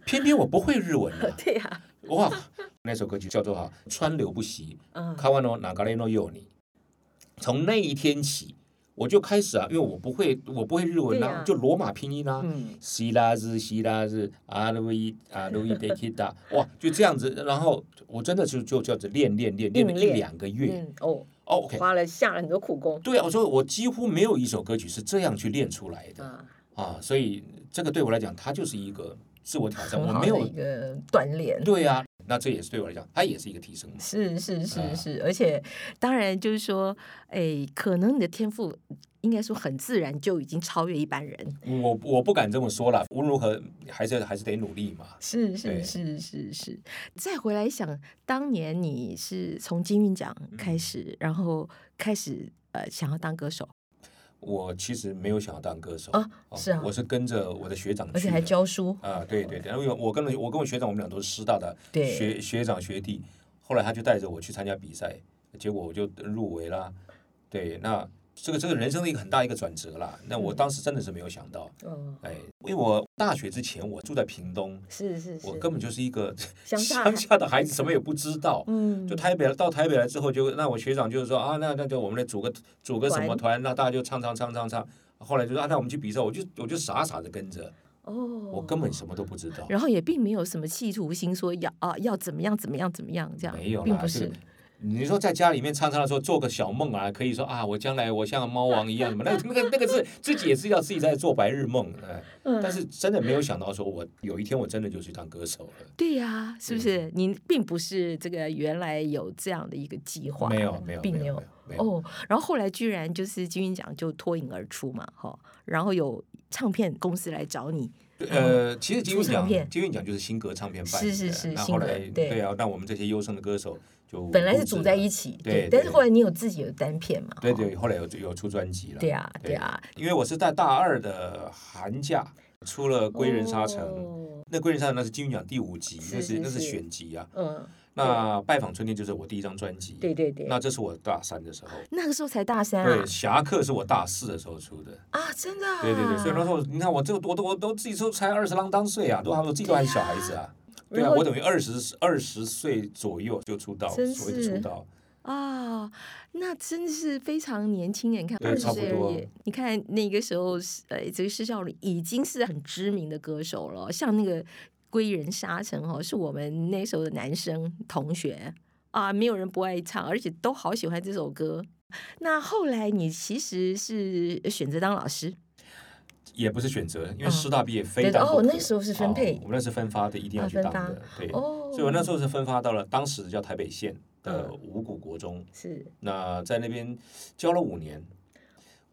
[SPEAKER 2] 偏偏我不会日文啊
[SPEAKER 3] 对呀、
[SPEAKER 2] 哇，那首歌曲叫做哈《川流不息》，
[SPEAKER 3] 啊，
[SPEAKER 2] 卡瓦诺哪嘎雷诺有你。从那一天起，我就开始啊，因为我不会，我不会日文
[SPEAKER 3] 对
[SPEAKER 2] 啊，
[SPEAKER 3] 呀
[SPEAKER 2] 就罗马拼音啊，
[SPEAKER 3] 嗯，
[SPEAKER 2] 希拉日希拉日阿鲁伊阿鲁伊德基达，哇，就这样子。然后我真的就就就这练练练练了一
[SPEAKER 3] 练
[SPEAKER 2] 两个月。
[SPEAKER 3] 嗯哦，
[SPEAKER 2] 哦 OK，
[SPEAKER 3] 花了下了很多苦功
[SPEAKER 2] 对啊，我说我几乎没有一首歌曲是这样去练出来的
[SPEAKER 3] 啊，
[SPEAKER 2] 啊，所以这个对我来讲，它就是一个自我挑战。
[SPEAKER 3] 很
[SPEAKER 2] 我
[SPEAKER 3] 好
[SPEAKER 2] 没
[SPEAKER 3] 的
[SPEAKER 2] 有
[SPEAKER 3] 一个锻炼。
[SPEAKER 2] 对啊，那这也是对我来讲，它也是一个提升嘛。
[SPEAKER 3] 是是是
[SPEAKER 2] 啊
[SPEAKER 3] 是，而且当然就是说，哎，可能你的天赋应该说很自然就已经超越一般人。
[SPEAKER 2] 我我不敢这么说了，无论如何还是还是得努力嘛。
[SPEAKER 3] 是
[SPEAKER 2] 对
[SPEAKER 3] 是是是是，再回来想，当年你是从金韵奖开始，然后开始呃想要当歌手，
[SPEAKER 2] 我其实没有想要当歌手哦
[SPEAKER 3] 啊是啊
[SPEAKER 2] 我是跟着我的学长去的，
[SPEAKER 3] 而且还教书，
[SPEAKER 2] 啊，对对对，因为我跟了我跟我学长，我们俩都是师大的
[SPEAKER 3] 对
[SPEAKER 2] 学学长学弟，后来他就带着我去参加比赛，结果我就入围啦。对，那这个这个人生的一个很大一个转折啦。那我当时真的是没有想到，
[SPEAKER 3] 哦，
[SPEAKER 2] 哎，因为我大学之前我住在屏东，
[SPEAKER 3] 是是是，
[SPEAKER 2] 我根本就是一个
[SPEAKER 3] 乡下
[SPEAKER 2] 乡下的孩子，什么也不知道。
[SPEAKER 3] 嗯
[SPEAKER 2] 就台北到台北来之后就，那我学长就是说啊，那那就我们来组个组个什么团，那大家就唱唱唱唱唱。后来就说啊，那我们去比赛，我就我就傻傻的跟着，
[SPEAKER 3] 哦，
[SPEAKER 2] 我根本什么都不知道。
[SPEAKER 3] 然后也并没有什么企图心，说要啊要怎么样怎么样怎么样这样，
[SPEAKER 2] 没有
[SPEAKER 3] 并
[SPEAKER 2] 啦，
[SPEAKER 3] 不
[SPEAKER 2] 这
[SPEAKER 3] 是
[SPEAKER 2] 个你说在家里面唱唱的时候做个小梦啊，可以说啊，我将来我像猫王一样什么，那那个那个是自己也是要自己在做白日梦，哎，
[SPEAKER 3] 嗯
[SPEAKER 2] 但是真的没有想到说我有一天我真的就是当歌手了，
[SPEAKER 3] 对呀、是
[SPEAKER 2] 嗯
[SPEAKER 3] 不是？您并不是这个原来有这样的一个计划，
[SPEAKER 2] 没有没有
[SPEAKER 3] 并
[SPEAKER 2] 没
[SPEAKER 3] 没
[SPEAKER 2] 有
[SPEAKER 3] 有。
[SPEAKER 2] 没有，
[SPEAKER 3] 哦，然后后来居然就是金韵奖就脱颖而出嘛，哈、然后有唱片公司来找你，
[SPEAKER 2] 呃，其实金韵
[SPEAKER 3] 出唱
[SPEAKER 2] 奖
[SPEAKER 3] 片
[SPEAKER 2] 金韵奖就是新格唱片办的，
[SPEAKER 3] 是是是
[SPEAKER 2] 那
[SPEAKER 3] 新
[SPEAKER 2] 后
[SPEAKER 3] 格
[SPEAKER 2] 来
[SPEAKER 3] 对
[SPEAKER 2] 对啊，那我们这些优胜的歌手就
[SPEAKER 3] 本来是
[SPEAKER 2] 录制
[SPEAKER 3] 组在
[SPEAKER 2] 了
[SPEAKER 3] 一起，
[SPEAKER 2] 对
[SPEAKER 3] 但是
[SPEAKER 2] 对
[SPEAKER 3] 后来你有自己有单片嘛，
[SPEAKER 2] 对
[SPEAKER 3] 哈
[SPEAKER 2] 对，后来有有出专辑了。
[SPEAKER 3] 对啊对啊，
[SPEAKER 2] 因为我是在大二的寒假出了《归人沙城》
[SPEAKER 3] 哦
[SPEAKER 2] 那《归人沙城》那是金韵奖第五集，
[SPEAKER 3] 是
[SPEAKER 2] 那
[SPEAKER 3] 是
[SPEAKER 2] 那是
[SPEAKER 3] 是
[SPEAKER 2] 选集啊。
[SPEAKER 3] 嗯，
[SPEAKER 2] 那《拜访春天》就是我第一张专辑。
[SPEAKER 3] 对对对，
[SPEAKER 2] 那这是我大三的时候。
[SPEAKER 3] 那个时候才大三
[SPEAKER 2] 对，
[SPEAKER 3] 啊
[SPEAKER 2] 《侠客》是我大四的时候出的。
[SPEAKER 3] 啊，真的、啊，
[SPEAKER 2] 对对对，所以那时候你看我这个我都我都自己都才二十啷当岁啊，都还我自己都还是小孩子啊。对
[SPEAKER 3] 然
[SPEAKER 2] 啊，
[SPEAKER 3] 后
[SPEAKER 2] 我等于二十二十岁左右就出道，
[SPEAKER 3] 真
[SPEAKER 2] 所谓的出
[SPEAKER 3] 是
[SPEAKER 2] 道。
[SPEAKER 3] 啊、那真的是非常年轻耶！你看
[SPEAKER 2] 对
[SPEAKER 3] 二十
[SPEAKER 2] 差不
[SPEAKER 3] 岁
[SPEAKER 2] 多
[SPEAKER 3] 而已，你看那个时候是，呃，这个施孝荣已经是很知名的歌手了，像那个《归人沙城》哦，是我们那时候的男生同学啊，没有人不爱唱，而且都好喜欢这首歌。那后来你其实是选择当老师，
[SPEAKER 2] 也不是选择，因为
[SPEAKER 3] 嗯
[SPEAKER 2] 师大毕业非
[SPEAKER 3] 对的
[SPEAKER 2] 当不
[SPEAKER 3] 哦
[SPEAKER 2] 可
[SPEAKER 3] 那时候是分配
[SPEAKER 2] 哦我们那是分发的，一定要
[SPEAKER 3] 啊
[SPEAKER 2] 去当
[SPEAKER 3] 分
[SPEAKER 2] 的，对。
[SPEAKER 3] 哦
[SPEAKER 2] 所以我那时候是分发到了当时叫台北县的
[SPEAKER 3] 嗯
[SPEAKER 2] 五谷国中，
[SPEAKER 3] 是
[SPEAKER 2] 那在那边教了五年，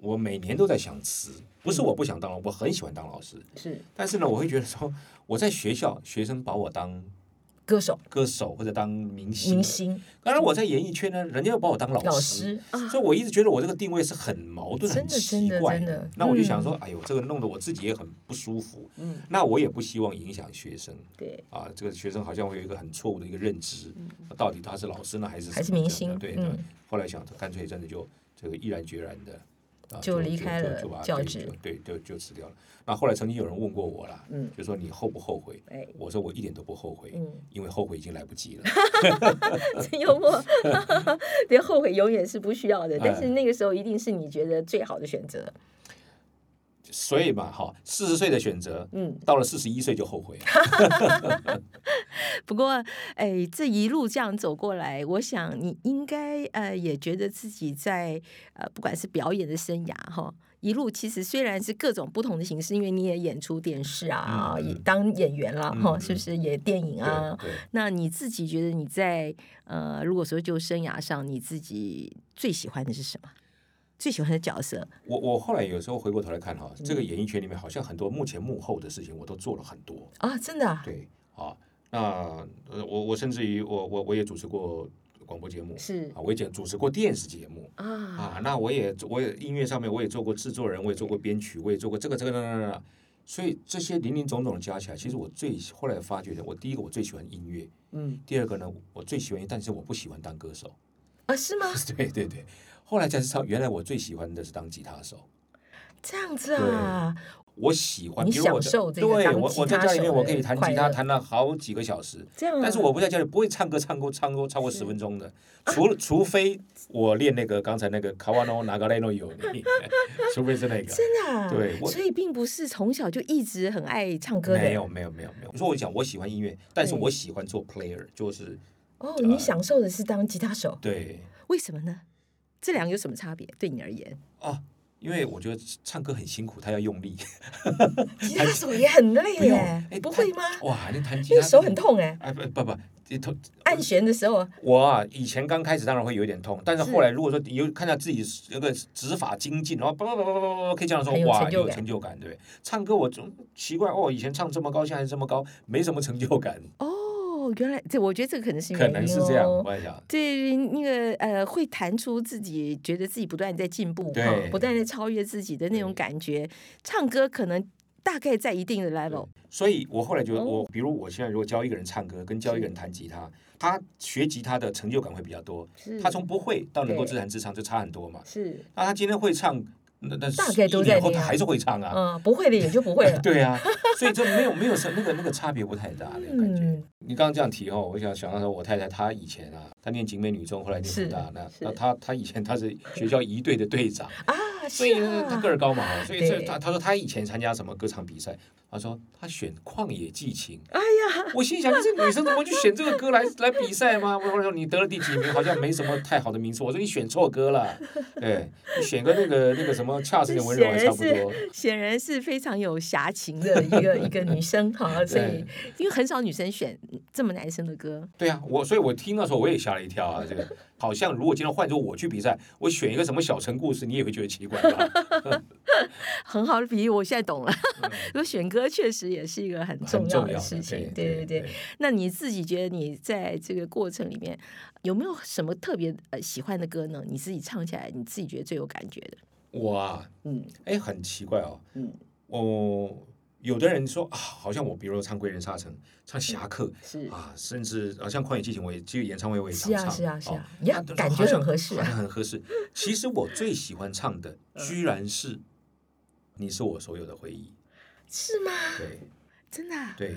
[SPEAKER 2] 我每年都在想辞，不是我不想当，我很喜欢当老师，
[SPEAKER 3] 是
[SPEAKER 2] 但是呢，我会觉得说我在学校学生把我当
[SPEAKER 3] 歌手
[SPEAKER 2] 歌手或者当明星，
[SPEAKER 3] 明星
[SPEAKER 2] 当然我在演艺圈呢，人家又把我当老
[SPEAKER 3] 老师啊，
[SPEAKER 2] 所以我一直觉得我这个定位是很矛盾、
[SPEAKER 3] 真
[SPEAKER 2] 很
[SPEAKER 3] 的真
[SPEAKER 2] 奇
[SPEAKER 3] 的嗯
[SPEAKER 2] 怪
[SPEAKER 3] 真的
[SPEAKER 2] 那我就想说，哎呦，这个弄得我自己也很不舒服。
[SPEAKER 3] 嗯，
[SPEAKER 2] 那我也不希望影响学生
[SPEAKER 3] 对，
[SPEAKER 2] 啊，这个学生好像会有一个很错误的一个认知，到底他是老师呢还是
[SPEAKER 3] 嗯还是
[SPEAKER 2] 什么
[SPEAKER 3] 明
[SPEAKER 2] 这样的
[SPEAKER 3] 星
[SPEAKER 2] 对
[SPEAKER 3] 嗯
[SPEAKER 2] 对。后来想，干脆真的就这个毅然决然的啊，
[SPEAKER 3] 就离开了
[SPEAKER 2] 就就把
[SPEAKER 3] 教
[SPEAKER 2] 对
[SPEAKER 3] 职
[SPEAKER 2] 就对，就就辞掉了。那后来曾经有人问过我啦，
[SPEAKER 3] 嗯
[SPEAKER 2] 就说你后不后悔？
[SPEAKER 3] 哎，
[SPEAKER 2] 我说我一点都不后悔，
[SPEAKER 3] 嗯
[SPEAKER 2] 因为后悔已经来不及了。 <laughs>
[SPEAKER 3] 真 <laughs> 幽默，别后悔永远是不需要的，
[SPEAKER 2] 哎
[SPEAKER 3] 但是那个时候一定是你觉得最好的选择。
[SPEAKER 2] 所以嘛，哈，四十岁的选择，
[SPEAKER 3] 嗯，
[SPEAKER 2] 到了四十一岁就后悔了。
[SPEAKER 3] 不过，哎，这一路这样走过来，我想你应该呃也觉得自己在呃不管是表演的生涯哈，一路其实虽然是各种不同的形式，因为你也演出电视啊，
[SPEAKER 2] 嗯嗯
[SPEAKER 3] 也当演员啦哈，
[SPEAKER 2] 嗯
[SPEAKER 3] 是不是也电影啊？
[SPEAKER 2] 对对。
[SPEAKER 3] 那你自己觉得你在呃，如果说就生涯上，你自己最喜欢的是什么？最喜欢的角色？
[SPEAKER 2] 我我后来有时候回过头来看
[SPEAKER 3] 嗯
[SPEAKER 2] 哈，这个演艺圈里面好像很多幕前幕后的事情我都做了很多，
[SPEAKER 3] 啊，真的、啊、
[SPEAKER 2] 对啊，那呃我我甚至于我我我也主持过广播节目，
[SPEAKER 3] 是
[SPEAKER 2] 啊，我也主持过电视节目
[SPEAKER 3] 啊，
[SPEAKER 2] 啊，那我也我也音乐上面我也做过制作人，我也做过编曲，我也做过这个这个那那那那，所以这些零零总总的加起来，其实我最后来发觉的，我第一个我最喜欢音乐，
[SPEAKER 3] 嗯
[SPEAKER 2] 第二个呢我最喜欢，但是我不喜欢当歌手， <laughs>
[SPEAKER 3] 啊，是吗？
[SPEAKER 2] 对对对，后来才知道原来我最喜欢的是当吉他手。
[SPEAKER 3] 这样子啊，
[SPEAKER 2] 我喜欢，
[SPEAKER 3] 你
[SPEAKER 2] 比如我
[SPEAKER 3] 享受这
[SPEAKER 2] 在
[SPEAKER 3] 个
[SPEAKER 2] 对
[SPEAKER 3] 当
[SPEAKER 2] 我
[SPEAKER 3] 吉
[SPEAKER 2] 我在
[SPEAKER 3] 他
[SPEAKER 2] 家里面
[SPEAKER 3] 手
[SPEAKER 2] 我
[SPEAKER 3] 的
[SPEAKER 2] 可以弹
[SPEAKER 3] 快
[SPEAKER 2] 吉他
[SPEAKER 3] 乐
[SPEAKER 2] 弹了好几个小时，
[SPEAKER 3] 这样、啊。
[SPEAKER 2] 但是我不在家里不会唱歌，唱过唱过超过十分钟的，除了除非我练那个刚才那个 Kawano Nagareno 有你，除非是那个。
[SPEAKER 3] 真的、啊，
[SPEAKER 2] 对我
[SPEAKER 3] 所以并不是从小就一直很爱唱歌的。
[SPEAKER 2] 没有没有没有没有，你说我讲我喜欢音乐，但是
[SPEAKER 3] 对
[SPEAKER 2] 我喜欢做 player，就是
[SPEAKER 3] 哦，你
[SPEAKER 2] 呃
[SPEAKER 3] 享受的是当吉他手，
[SPEAKER 2] 对
[SPEAKER 3] 为什么呢？这两个有什么差别？对你而
[SPEAKER 2] <laughs>
[SPEAKER 3] 言，
[SPEAKER 2] 啊，因为我觉得唱歌很辛苦，他要用力，
[SPEAKER 3] 吉他手也很累
[SPEAKER 2] <laughs> 不用
[SPEAKER 3] 耶，
[SPEAKER 2] 哎
[SPEAKER 3] 不
[SPEAKER 2] 弹
[SPEAKER 3] 会吗？
[SPEAKER 2] 哇，你弹吉
[SPEAKER 3] 因为
[SPEAKER 2] 他
[SPEAKER 3] 手很，痛哎，
[SPEAKER 2] 哎不不不，你头
[SPEAKER 3] 按弦的时候
[SPEAKER 2] 我啊，以前刚开始当然会有点痛，但是
[SPEAKER 3] 是
[SPEAKER 2] 后来如果说你有看到自己那个指法精进，然后叭叭叭叭叭叭叭，可以这样说
[SPEAKER 3] 很，有
[SPEAKER 2] 哇，
[SPEAKER 3] 成就
[SPEAKER 2] 有
[SPEAKER 3] 感
[SPEAKER 2] 成就感，对。唱歌我总奇怪哦，以前唱这么高，现在这么高，没什么成就感，
[SPEAKER 3] 哦，原来这我觉得这个可能是原
[SPEAKER 2] 可
[SPEAKER 3] 因
[SPEAKER 2] 能是这样，
[SPEAKER 3] 哦
[SPEAKER 2] 我在想。
[SPEAKER 3] 对那个呃，会弹出自己觉得自己不断在进步，
[SPEAKER 2] 对
[SPEAKER 3] 哈不断在超越自己的那种
[SPEAKER 2] 对
[SPEAKER 3] 感觉。唱歌可能大概在一定的 level，
[SPEAKER 2] 所以我后来觉得，
[SPEAKER 3] 哦
[SPEAKER 2] 我比如我现在如果教一个人唱歌，跟教一个人弹吉他，他学吉他的成就感会比较多，
[SPEAKER 3] 是
[SPEAKER 2] 他从不会到能够
[SPEAKER 3] 嗯对
[SPEAKER 2] 自弹自唱就差很多嘛。
[SPEAKER 3] 是
[SPEAKER 2] 那他今天会唱，那那
[SPEAKER 3] 大概都
[SPEAKER 2] 一年
[SPEAKER 3] 在
[SPEAKER 2] 后
[SPEAKER 3] 那
[SPEAKER 2] 他
[SPEAKER 3] 样
[SPEAKER 2] 还是会唱啊。。
[SPEAKER 3] 嗯，不会的也就不会了
[SPEAKER 2] <laughs> 对啊，所以这没有没有什那个那个差别不太大的感觉。
[SPEAKER 3] 嗯
[SPEAKER 2] 你刚刚这样提哦，我想想到说，我太太她以前啊，她念景美女中，后来念
[SPEAKER 3] 是
[SPEAKER 2] 北大，那
[SPEAKER 3] 是
[SPEAKER 2] 那她她以前她是学校仪队的队长，
[SPEAKER 3] 啊，
[SPEAKER 2] 所
[SPEAKER 3] 是
[SPEAKER 2] 以呢她个
[SPEAKER 3] 啊，
[SPEAKER 2] 儿高嘛，所以这
[SPEAKER 3] 对
[SPEAKER 2] 她她说她以前参加什么歌唱比赛，他说他选《旷野寄情》。
[SPEAKER 3] 啊
[SPEAKER 2] 哎呀，我心想这女生怎么去选这个歌来来比赛吗？我说你得了第几名，好像没什么太好的名次。我说你选错歌了，对，你选个那个那个什么恰似的温柔还差不多。
[SPEAKER 3] 显然是非常有侠情的一
[SPEAKER 2] <laughs>
[SPEAKER 3] 个一个女生哈，所以
[SPEAKER 2] 对
[SPEAKER 3] 因为很少女生选这么男生的歌，
[SPEAKER 2] 对啊，我所以，我听到的时候我也吓了一跳啊！这个好像如果今天换做我去比赛，我选一个什么小城故事，你也会觉得奇怪
[SPEAKER 3] <laughs>
[SPEAKER 2] 吧？
[SPEAKER 3] 很好的比喻，我现在懂了。 <laughs> 如果选歌确实也是一个很
[SPEAKER 2] 嗯很
[SPEAKER 3] 重要
[SPEAKER 2] 重
[SPEAKER 3] 的
[SPEAKER 2] 要
[SPEAKER 3] 事
[SPEAKER 2] 的，
[SPEAKER 3] 情，对
[SPEAKER 2] 对
[SPEAKER 3] 对对。那你自己觉得你在这个过程里面有没有什么特别呃喜欢的歌呢？你自己唱起来，你自己觉得最有感觉的？
[SPEAKER 2] 我啊，
[SPEAKER 3] 嗯
[SPEAKER 2] 哎，很奇怪哦，
[SPEAKER 3] 嗯，
[SPEAKER 2] 哦，有的人说啊，好像我比如说唱《归人沙城》、唱《侠客
[SPEAKER 3] 是》
[SPEAKER 2] 啊，甚至啊像《旷野激情》，我也其实演唱会我也常
[SPEAKER 3] 是
[SPEAKER 2] 唱，
[SPEAKER 3] 啊是啊是
[SPEAKER 2] 哦
[SPEAKER 3] 啊，一样
[SPEAKER 2] 那
[SPEAKER 3] 感觉
[SPEAKER 2] 好像
[SPEAKER 3] 很合适
[SPEAKER 2] 好像
[SPEAKER 3] 啊。
[SPEAKER 2] 很合适。其实我最喜欢唱的，居然是《你是我所有的回忆
[SPEAKER 3] 是吗？》。
[SPEAKER 2] 对
[SPEAKER 3] 真的啊、
[SPEAKER 2] 对，哎